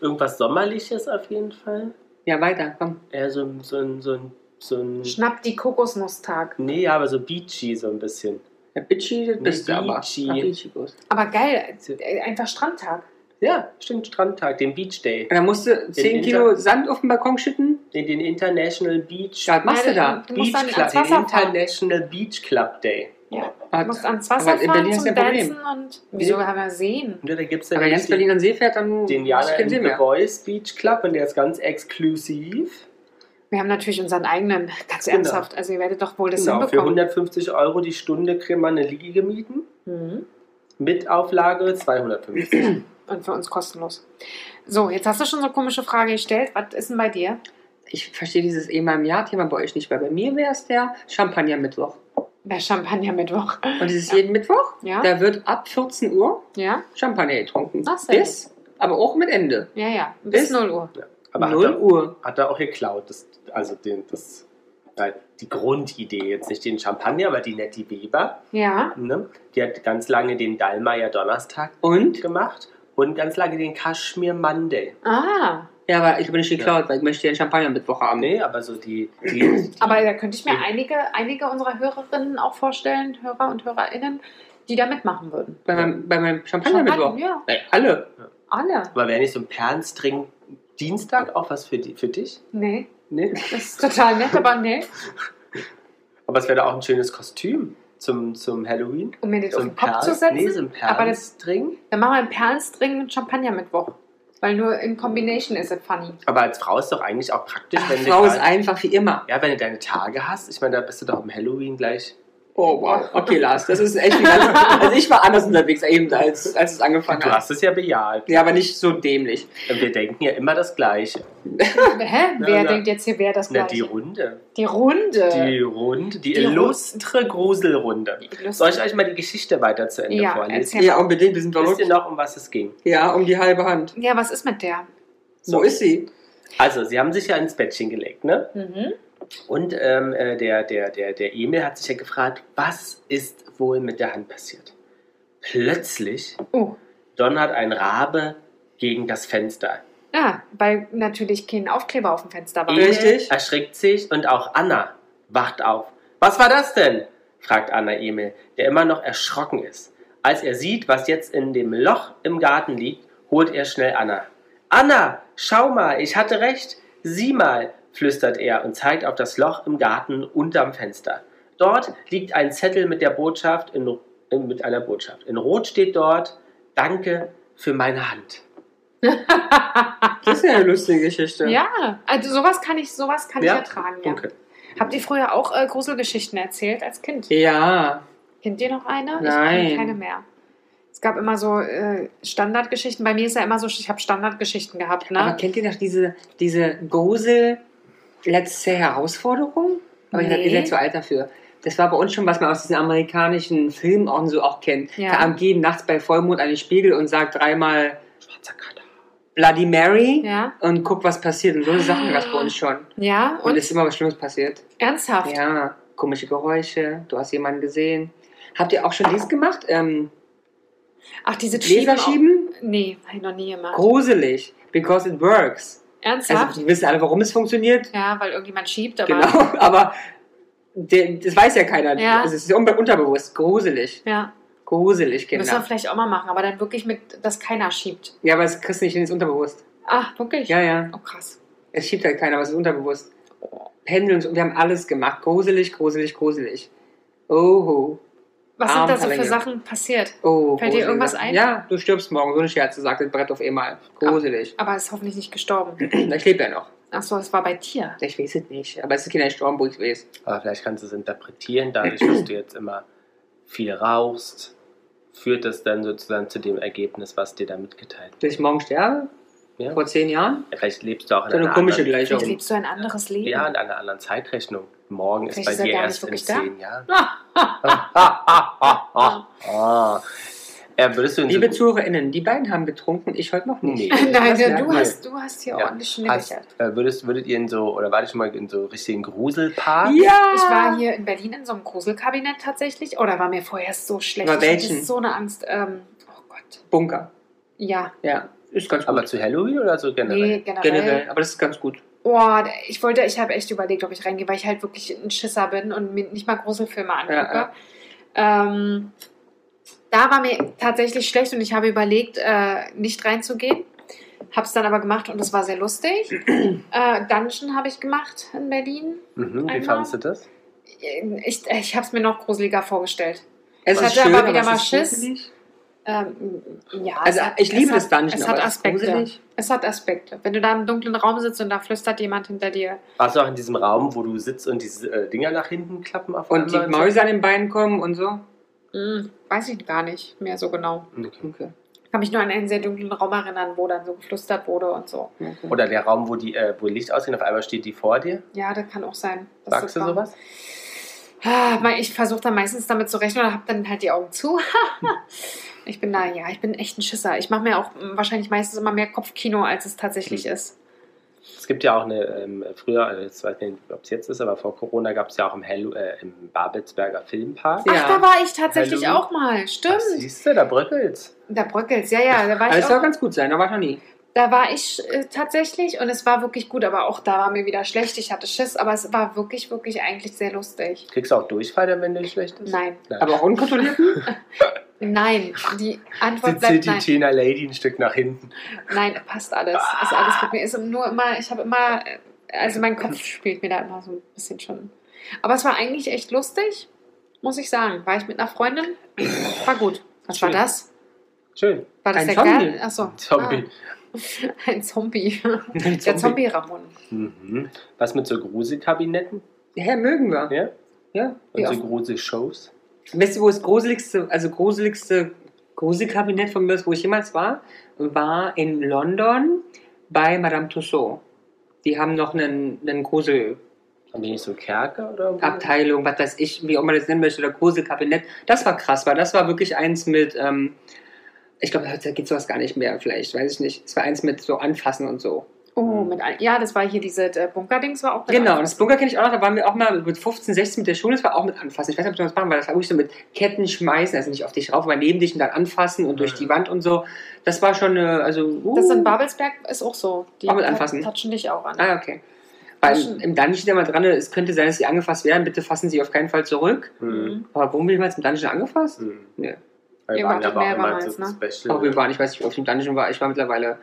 irgendwas Sommerliches auf jeden Fall. Ja, weiter, komm. Eher so, ein- so ein, so ein, so ein. Hm. Schnapp die Kokosnusstag. Nee, aber so beachy so ein bisschen. Ja, bitchy, das bist du aber. Bitchy. Ach, bitchy bloß. Aber geil, äh, einfach Strandtag. Ja, stimmt, Strandtag, den Beach Day. Und dann musst du 10 Winter- Kilo Sand auf den Balkon schütten. Den, den International Beach, Ja, was machst du da? Nein, Du Beach musst dann Club, ans den Wasser fahren. International Beach Club Day. Du musst ans Wasser aber in Berlin fahren ist zum kein Problem. Dancen und wieso haben wir Seen? Und da gibt's Wenn dann man ganz Berlin an See fährt, dann den hast du Jana keinen in See The mehr. Voice Beach Club und der ist ganz exklusiv. Wir haben natürlich unseren eigenen, ganz Genau. ernsthaft. Also ihr werdet doch wohl das Genau, für hinbekommen. 150 Euro die Stunde kriegt man eine Liege gemieten. Mhm. Mit *clears throat* Auflage 250. Und für uns kostenlos. So, jetzt hast du schon so eine komische Frage gestellt. Was ist denn bei dir? Ich verstehe dieses einmal im Jahr-Thema bei euch nicht, weil bei mir wäre es der Champagner-Mittwoch. Der Champagner-Mittwoch. Und es ist jeden Mittwoch, *laughs* Ja? da wird ab 14 Uhr Ja? Champagner getrunken. Ach, sehr Bis, aber auch mit Ende. Ja, ja. Bis Bis- 0 Uhr. Aber hat 0 er, Uhr. hat er auch geklaut. Das, also den, das, äh, die Grundidee, jetzt nicht den Champagner, aber die Nettie Weber. Ja. Ne? Die hat ganz lange den Dallmayr Donnerstag Und? gemacht und ganz lange den Kaschmir Monday. Ah. Ja, aber ich habe nicht geklaut, weil ich möchte ja Champagner-Mittwoch haben. Nee, aber so die, die Aber da könnte ich mir einige, einige unserer Hörerinnen auch vorstellen, Hörer und HörerInnen, die da mitmachen würden. Bei meinem, bei meinem Champagner-Mittwoch. ja. Ey, Alle. Alle. aber wäre nicht so ein Pernstring Dienstag auch was für, die, für dich? Nee. Nee. Das ist total nett, aber nee. Aber es wäre doch auch ein schönes Kostüm zum, zum Halloween. Um mir das So auf ein den Kopf zu Perl- setzen. Nee, so ein aber das- Perlenstring. Dann machen wir einen Perlenstring und Champagner Mittwoch. Weil nur in Combination ist es funny. Aber als Frau ist doch eigentlich auch praktisch, Ach, wenn du Frau ist grad- einfach wie immer. Ja, wenn du deine Tage hast, ich meine, da bist du doch am Halloween gleich. Oh, wow. Okay, Lars, das ist echt wie ganz... Also ich war anders unterwegs eben, als, als es angefangen Du hat. hast es ja bejaht. Ja, aber nicht so dämlich. Und wir denken ja immer das Gleiche. Hä? Wer na. denkt jetzt hier, wer das Na, gleiche? die Runde. die Runde. Die Runde, die, Äh, Die Ru- illustre Gruselrunde. Die Lust- Soll ich euch mal die Geschichte weiter zu Ende Ja, vorlesen? erzähl. Ja, unbedingt, wir sind Wisst verrückt. ihr noch, um was es ging? Ja, um die halbe Hand. ja, was ist mit der? Wo ist sie? Also, sie haben sich ja ins Bettchen gelegt, ne? Mhm. Und ähm, äh, der, der, der, der Emil hat sich ja gefragt, was ist wohl mit der Hand passiert? Plötzlich Oh, donnert ein Rabe gegen das Fenster. ja, weil natürlich kein Aufkleber auf dem Fenster war. Ja. Richtig. Emil Hm? erschrickt sich und auch Anna wacht auf. Was war das denn? fragt Anna Emil, der immer noch erschrocken ist. Als er sieht, was jetzt in dem Loch im Garten liegt, holt er schnell Anna. Anna, schau mal, ich hatte recht. Sieh mal, flüstert er und zeigt auf das Loch im Garten unterm Fenster. Dort liegt ein Zettel mit der Botschaft in, in, mit einer Botschaft. In Rot steht dort Danke für meine Hand. Das ist ja eine lustige Geschichte. ja, also sowas kann ich, sowas kann Ja, ich ertragen. Ja. Okay. Habt ihr früher auch äh, Gruselgeschichten erzählt als Kind? Ja. Kennt ihr noch eine? Ich Nein. kenn keine mehr. Es gab immer so äh, Standardgeschichten. Bei mir ist ja immer so, ich habe Standardgeschichten gehabt, ne? Aber kennt ihr noch diese, diese Gose letzte Herausforderung? Aber ich Nee. ihr seid zu alt dafür. Das war bei uns schon, was man aus diesen amerikanischen Filmen auch so auch kennt. Ja. Da am gehen nachts bei Vollmond an den Spiegel und sagt dreimal Schwarzer Kater. Bloody Mary ja. und guck, was passiert. Und so Sachen gab es bei uns schon. Ja, Und und es ist immer was Schlimmes passiert. ernsthaft. Ja, komische Geräusche, du hast jemanden gesehen. Habt ihr auch schon dies gemacht? Ähm, Ach, diese Gläser schieben? Auch. Nee, habe ich noch nie gemacht. Gruselig, because it works. Ernsthaft? Also, die wissen alle, warum es funktioniert. ja, weil irgendjemand schiebt, aber. Genau, *laughs* aber der, das weiß ja keiner. Ja. Also, es ist unbe- unterbewusst. Gruselig. Ja, Gruselig, müssen wir Kinder. vielleicht auch mal machen, aber dann wirklich mit, dass keiner schiebt. Ja, aber es kriegst du nicht hin, es ist unterbewusst. Ach, wirklich? Ja, ja. Oh, krass. Es schiebt halt keiner, aber es ist unterbewusst. Pendeln, und so, wir haben alles gemacht. Gruselig, gruselig, gruselig. Oho. Was sind da so Armverlängerung. für Sachen passiert? Fällt Oh, dir gruselige irgendwas Sachen. ein? Ja, du stirbst morgen. So eine Scherze, sagt das Brett auf einmal. Gruselig. Aber ist hoffentlich nicht gestorben. *laughs* Ich lebe ja noch. Ach so, es war bei dir. Ich weiß es nicht, aber es ist keiner gestorben, wo ich weiß. Aber vielleicht kannst du es interpretieren, dadurch, dass du jetzt immer viel rauchst, führt das dann sozusagen zu dem Ergebnis, was dir da mitgeteilt wird. Dass ich morgen sterbe? Ja. Vor zehn Jahren? Ja, Vielleicht lebst du auch in So eine einer komische anderen, Vielleicht Gleichung. lebst du ein anderes Leben. *laughs* ja, in einer anderen Zeitrechnung. Morgen Vielleicht ist er ist bei dir Ah. gar nicht erst in wirklich da. zehn Jahren. *laughs* Ah, Äh, würdest du in Liebe ZuhörerInnen, die beiden haben getrunken, ich heute noch nicht. Nee. *laughs* Nein, Das ja, merkt du, man. hast, du hast hier Ja. ordentlich hast, schnibbelt. äh, würdest, würdet ihr in so, oder warte schon mal, in so richtigen Gruselpark? Ja! Ich war hier in Berlin in so einem Gruselkabinett tatsächlich. Oder war mir vorher so schlecht. Bei Ich hatte welchen? so eine Angst. Ähm, oh Gott. Bunker. Ja, Ja, ist ganz gut. Aber zu Halloween oder so generell? nee, generell. Generell, aber das ist ganz gut. Oh, ich wollte, ich habe echt überlegt, ob ich reingehe, weil ich halt wirklich ein Schisser bin und mir nicht mal große Filme angucke. Ja, Ähm, da war mir tatsächlich schlecht und ich habe überlegt, äh, nicht reinzugehen. Habe es dann aber gemacht und es war sehr *clears throat* lustig. äh, Dungeon habe ich gemacht in Berlin. Mhm, wie Einmal. fandest du das? Ich, ich habe es mir noch gruseliger vorgestellt. Ich Es ist hatte schön, aber wieder es mal ist Schiss. gruselig. Ähm, ja, Also, es hat- ich liebe es das Dungeon, Es hat aber es ist Aspekte. gruselig. Es hat Aspekte. Wenn du da im dunklen Raum sitzt und da flüstert jemand hinter dir. Warst du auch in diesem Raum, wo du sitzt und diese äh, Dinger nach hinten klappen auf Und die einmal? Mäuse an den Beinen kommen und so. Hm, weiß ich gar nicht mehr so genau. Okay. Okay. Ich kann mich nur an einen sehr dunklen Raum erinnern, wo dann so geflüstert wurde und so. okay. Oder der Raum, wo, die, äh, wo Licht ausgeht, auf einmal steht die vor dir. Ja, das kann auch sein. dass Sagst das du war. sowas? Ah, mein- Ich versuche dann meistens damit zu rechnen und habe dann halt die Augen *laughs* zu. ich bin da, ja, ich bin echt ein Schisser. Ich mache mir auch mm, wahrscheinlich meistens immer mehr Kopfkino, als es tatsächlich Hm. ist. Es gibt ja auch eine, ähm, früher, also jetzt weiß ich nicht, ob es jetzt ist, aber vor Corona gab es ja auch im, Hello, äh, im Babelsberger Filmpark. Ja. Ach, da war ich tatsächlich Hallo. auch mal. Ach, Stimmt. siehst du, da bröckelt's. Da bröckelt's. Ja, ja, da war Aber ich es soll auch. ganz gut sein, da war ich noch nie. Da war ich äh, tatsächlich und es war wirklich gut, aber auch da war mir wieder schlecht. Ich hatte Schiss, aber es war wirklich, wirklich eigentlich sehr lustig. Kriegst du auch Durchfall, dann, wenn dir schlecht ist? Nein, Nein. Aber auch *laughs* unkontrolliert. nein. Die Antwort Sitzt hier bleibt die nein. Tina Lady ein Stück nach hinten. Nein, passt alles. Ist alles gut. Mir ist nur immer, ich habe immer, äh, also mein Kopf spielt mir da immer so ein bisschen schon. Aber es war eigentlich echt lustig, muss ich sagen. War ich mit einer Freundin? War gut. Was war Schön. das? Schön. War das Ein der Zombie. Kerl? Achso. Zombie. Oh, Ah, ein Zombie. Ein Der Zombie. Zombie Ramon. Mhm. Was mit so Gruselkabinetten? Ja, mögen wir. Ja? Ja. Und ja. so Grusel-Shows? Weißt du, wo das gruseligste, also gruseligste Gruselkabinett von mir ist, wo ich jemals war, war in London bei Madame Tussaud. Die haben noch einen, einen Gruselabteilung, Haben die nicht so Kerker oder? was weiß ich, wie auch man das nennen möchte, oder Gruselkabinett. Das war krass, weil das war wirklich eins mit, ähm, ich glaube, da gibt sowas gar nicht mehr, vielleicht, weiß ich nicht. Es war eins mit so Anfassen und so. Oh, mit all, ja, das war hier diese äh, Bunkerdings war auch mit Mhm. Genau, an- das Bunker kenne ich auch noch, da waren wir auch mal mit 15, 16 mit der Schule, das war auch mit anfassen. Ich weiß nicht, ob wir das machen, weil das war wirklich so mit Ketten schmeißen, also nicht auf dich rauf, aber neben dich und dann anfassen und durch die Wand und so. Das war schon eine, also. Uh, Das in Babelsberg ist auch so. Die Auch mit anfassen. touchen dich auch an. Ah, okay. Weil Taschen. im Dungeon steht ja mal dran, es könnte sein, dass sie angefasst werden, bitte fassen sie auf keinen Fall zurück. Mhm. Mhm. Aber wurden wir jemals im Dungeon angefasst? Mhm. Ja. Wir Ihr waren wart aber mehr auch immer damals, so ne? Auch wir Special. waren, ich weiß nicht, wie oft ich im Dungeon war, ich war mittlerweile,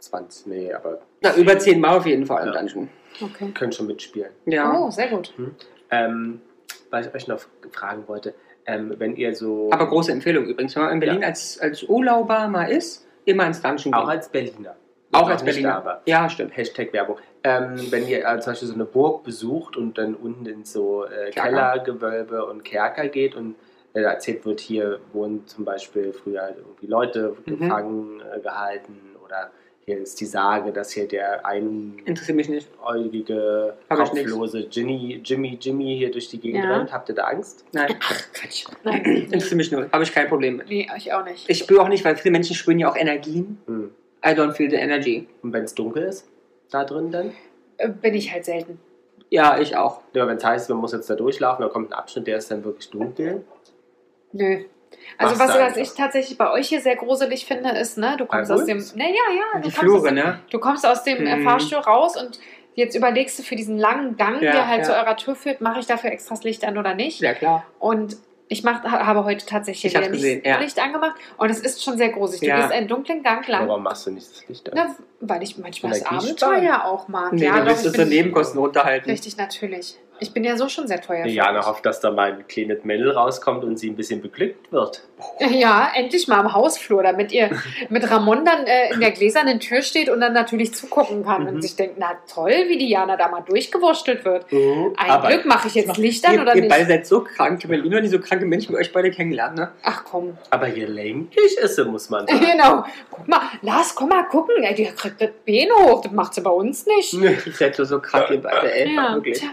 20, nee, aber na, über 10 Mal auf jeden Fall im Ja. Dungeon. Okay. können schon mitspielen. Ja. Oh, sehr gut. Ähm, was ich euch noch fragen wollte, ähm, wenn ihr so. Aber große Empfehlung übrigens, wenn man in Berlin Ja. als, als Urlauber mal ist, immer ins Dungeon Auch gehen. als Berliner. Auch Noch als nicht Berliner. da, aber- ja, stimmt. Hashtag Werbung. Ähm, wenn ihr äh, zum Beispiel so eine Burg besucht und dann unten in so äh, Kerker. Kellergewölbe und Kerker geht und äh, da erzählt wird, hier wurden zum Beispiel früher halt irgendwie Leute Mhm. gefangen äh, gehalten oder hier ist die Sage, dass hier der Interessiert mich nicht. einäugige, Hab ich nix. kopflose Jimmy, Jimmy, Jimmy hier durch die Gegend Ja. rennt. Habt ihr da Angst? Nein. Quatsch. Nein. *clears throat* Interessiert mich null. Habe ich kein Problem mit. Nee, ich auch nicht. Ich spüre auch nicht, weil viele Menschen spüren ja auch Energien. Hm. I don't feel the energy. Und wenn es dunkel ist, da drin dann? Äh, Bin ich halt selten. Ja, ich auch. Ja, wenn es heißt, man muss jetzt da durchlaufen, da kommt ein Abschnitt, der ist dann wirklich dunkel. Nö. Also Machst was, du was einfach. ich tatsächlich bei euch hier sehr gruselig finde, ist, ne, du kommst Bei aus dem. uns? Ne, ja, ja, du Die kommst, Flure, aus, ne? du kommst aus dem äh, Mhm. Fahrstuhl raus und jetzt überlegst du für diesen langen Gang, Ja, der halt ja. zu eurer Tür führt, mache ich dafür extras Licht an oder nicht? Ja, klar. Und ich mach, ha- habe heute tatsächlich Ich hab's wieder gesehen, nicht, ja. Licht angemacht und es ist schon sehr gruselig. Du Ja. gehst einen dunklen Gang lang. Warum machst du nicht das Licht an? Na, weil ich manchmal das Vielleicht nicht Abenteuer sparen. ja auch mag. Nee, ja, du willst ich das bin- daneben Kosten runterhalten. Richtig, natürlich. Ich bin ja so schon sehr teuer. für Jana euch. hofft, dass da mal ein kleines Mädel rauskommt und sie ein bisschen beglückt wird. Ja, endlich mal im Hausflur, damit ihr mit Ramon dann äh, in der gläsernen Tür steht und dann natürlich zugucken kann Mhm. und sich denkt, na toll, wie die Jana da mal durchgewurschtelt wird. Mhm. Ein Aber Glück mache ich jetzt Licht an ihr, oder ihr beide nicht. seid so krank. Ich habe noch nie so kranke Menschen wie euch beide kennengelernt, ne? Ach komm, *laughs* Aber je länglich ist sie, muss man sagen. genau. Guck mal, Lars, komm mal gucken. Ey, die kriegt das Bein hoch, das macht sie bei uns nicht. Ihr seid so, so krank, ihr beide, ey. Ja, wirklich. tja.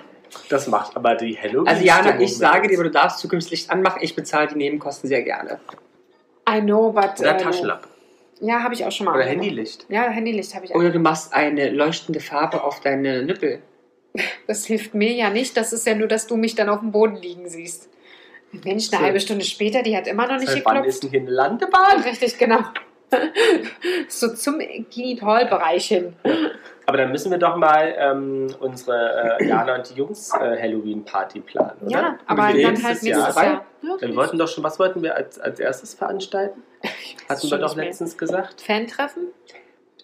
Das macht aber die Halloween. Also Jana, Stimmung ich sage mit dir, aber uns. du darfst zukünftig Licht anmachen. Ich bezahle die Nebenkosten sehr gerne. I know, but. Oder äh, Taschenlampe. Ja, habe ich auch schon mal. Oder angenommen. Handylicht. Ja, Handylicht habe ich auch. Oder du machst eine leuchtende Farbe auf deine Nippel. Das hilft mir ja nicht. Das ist ja nur, dass du mich dann auf dem Boden liegen siehst. Mensch, eine So. halbe Stunde später, die hat immer noch nicht Seit wann geklopft. ist denn hier eine Landebahn? Richtig, genau. *laughs* so zum Genital-Bereich hin. Aber dann müssen wir doch mal ähm, unsere äh, Jana und die Jungs äh, Halloween-Party planen, oder? Ja, aber Nächstes dann halt nächstes Jahr. Ja, Wir wollten doch schon, was wollten wir als, als *laughs* erstes veranstalten? Hatten wir schon doch nicht mehr. letztens gesagt. Fan-Treffen?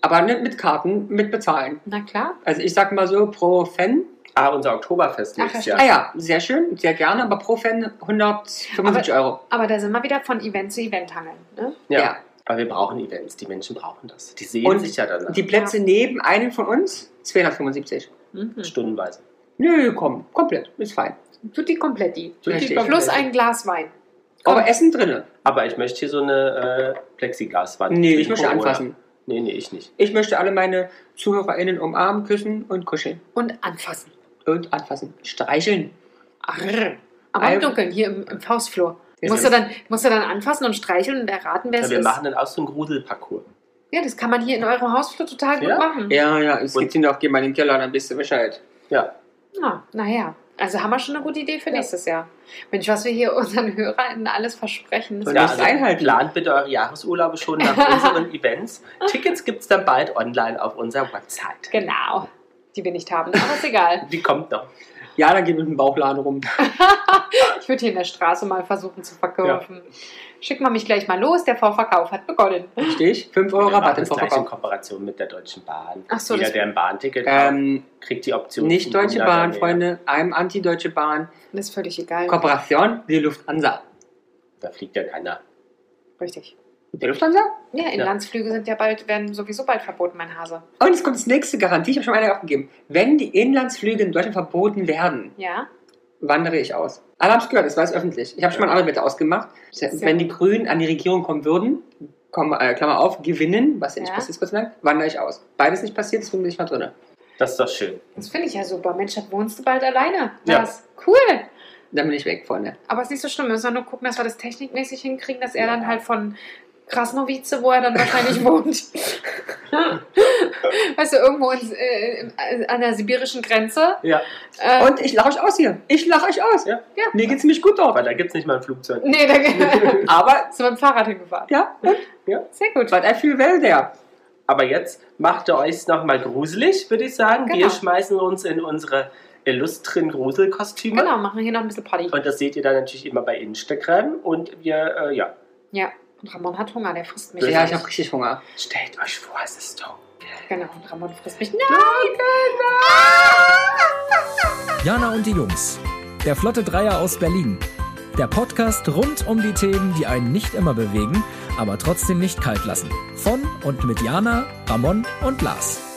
Aber nicht mit Karten, mit bezahlen. Na klar. Also ich sag mal so, pro Fan. Ah, unser Oktoberfest Ach, nächstes ja, Ah Jahr. ja, sehr schön, sehr gerne, aber pro Fan 175 Euro. Aber da sind wir wieder von Event zu Event hangeln. Ne? Ja. ja. Aber wir brauchen Events. Die Menschen brauchen das. Die sehen Und sich ja danach. Die Plätze neben einem von uns, 275. Mhm. Stundenweise. Nö, komm, komplett, ist fein. Tutti completi. Richtig. Plus ein Glas Wein. Aber Essen drinne. Aber ich möchte hier so eine äh, Plexiglaswand. Nee, ich wegen möchte Corona. anfassen. Nee, nee, ich nicht. Ich möchte alle meine ZuhörerInnen umarmen, küssen und kuscheln. Und anfassen. Und anfassen. Streicheln. Arr. Aber im Ein- Dunkeln, hier im, im Faustflur. Ja, Musst du, das- dann, musst du dann anfassen und streicheln und erraten, wer Ja, es wir ist. machen dann auch so einen Gruselparcours. Ja, das kann man hier in eurem Hausflur total Ja? gut machen. Ja, ja, es Und- gibt ihn doch, geh mal in den Keller, dann bist du Bescheid. Ja. Na, naja. Also haben wir schon eine gute Idee für Ja. nächstes Jahr. Mensch, was wir hier *laughs* unseren HörerInnen alles versprechen. Das Und ja, das also einhalten. plant bitte eure Jahresurlaube schon nach unseren Events. Tickets gibt es dann bald online auf unserer Website. Genau. Die wir nicht haben, aber ist egal. Die kommt noch. Ja, dann geh mit dem Bauchladen *laughs* rum. Ich würde hier in der Straße mal versuchen zu verkaufen. Schick mal mich gleich mal los, der Vorverkauf hat begonnen. Richtig? 5 Euro Wir machen Oh, Rabatt im das gleich in Vorverkauf. Kooperation mit der Deutschen Bahn. Ach so, Jeder, das- der ein Bahnticket hat, Ähm, kriegt die Option. nicht zum Deutsche 100er Bahn, mehr. Freunde, einem Anti-Deutsche Bahn. Das ist völlig egal. Kooperation, die Lufthansa. Da fliegt ja keiner. Richtig. Die Lufthansa? Ja, Ja. Inlandsflüge sind ja bald, werden sowieso bald verboten, mein Hase. Und jetzt kommt das nächste Garantie, ich habe schon eine abgegeben. Wenn die Inlandsflüge in Deutschland verboten werden, Ja. wandere ich aus. Alle haben es gehört, das war es öffentlich. Ich habe schon mal eine andere Wette ausgemacht. Sehr Wenn die gut. Grünen an die Regierung kommen würden, Komma, äh, Klammer auf, gewinnen, was ja nicht Ja. passiert ist, Gott sei Dank, wandere ich aus. Beides nicht passiert, deswegen bin ich mal drin. Das ist doch schön. Das finde ich ja super. Mensch, da wohnst du bald alleine. Ja. Das ist cool. Dann bin ich weg, Freunde. Aber es ist nicht so schlimm. Wir müssen nur gucken, dass wir das technikmäßig hinkriegen, dass er Ja. dann halt von Krasnowice, wo er dann wahrscheinlich wohnt. *laughs* weißt du, irgendwo in, äh, im- äh, an der sibirischen Grenze. Ja. Äh, Und ich lache euch aus hier. Ich lache euch aus. Ja. Ja. Mir geht's nämlich gut Aber dort. da gibt es nicht mal ein Flugzeug. nee, da sind Aber, wir *laughs* mit dem Fahrrad hingefahren. ja, und? Sehr gut. Was I feel well there. Aber jetzt macht ihr euch nochmal gruselig, würde ich sagen. Genau. Wir schmeißen uns in unsere illustren Gruselkostüme. Genau, machen wir hier noch ein bisschen Party. Und das seht ihr dann natürlich immer bei Instagram. Und wir, äh, ja, Ja, und Ramon hat Hunger, der frisst mich. Ja, ich habe richtig Hunger. stellt euch vor, es ist dunkel. Genau, und Ramon frisst mich. Nein! Jana und die Jungs. Der Flotte Dreier aus Berlin. Der Podcast rund um die Themen, die einen nicht immer bewegen, aber trotzdem nicht kalt lassen. Von und mit Jana, Ramon und Lars.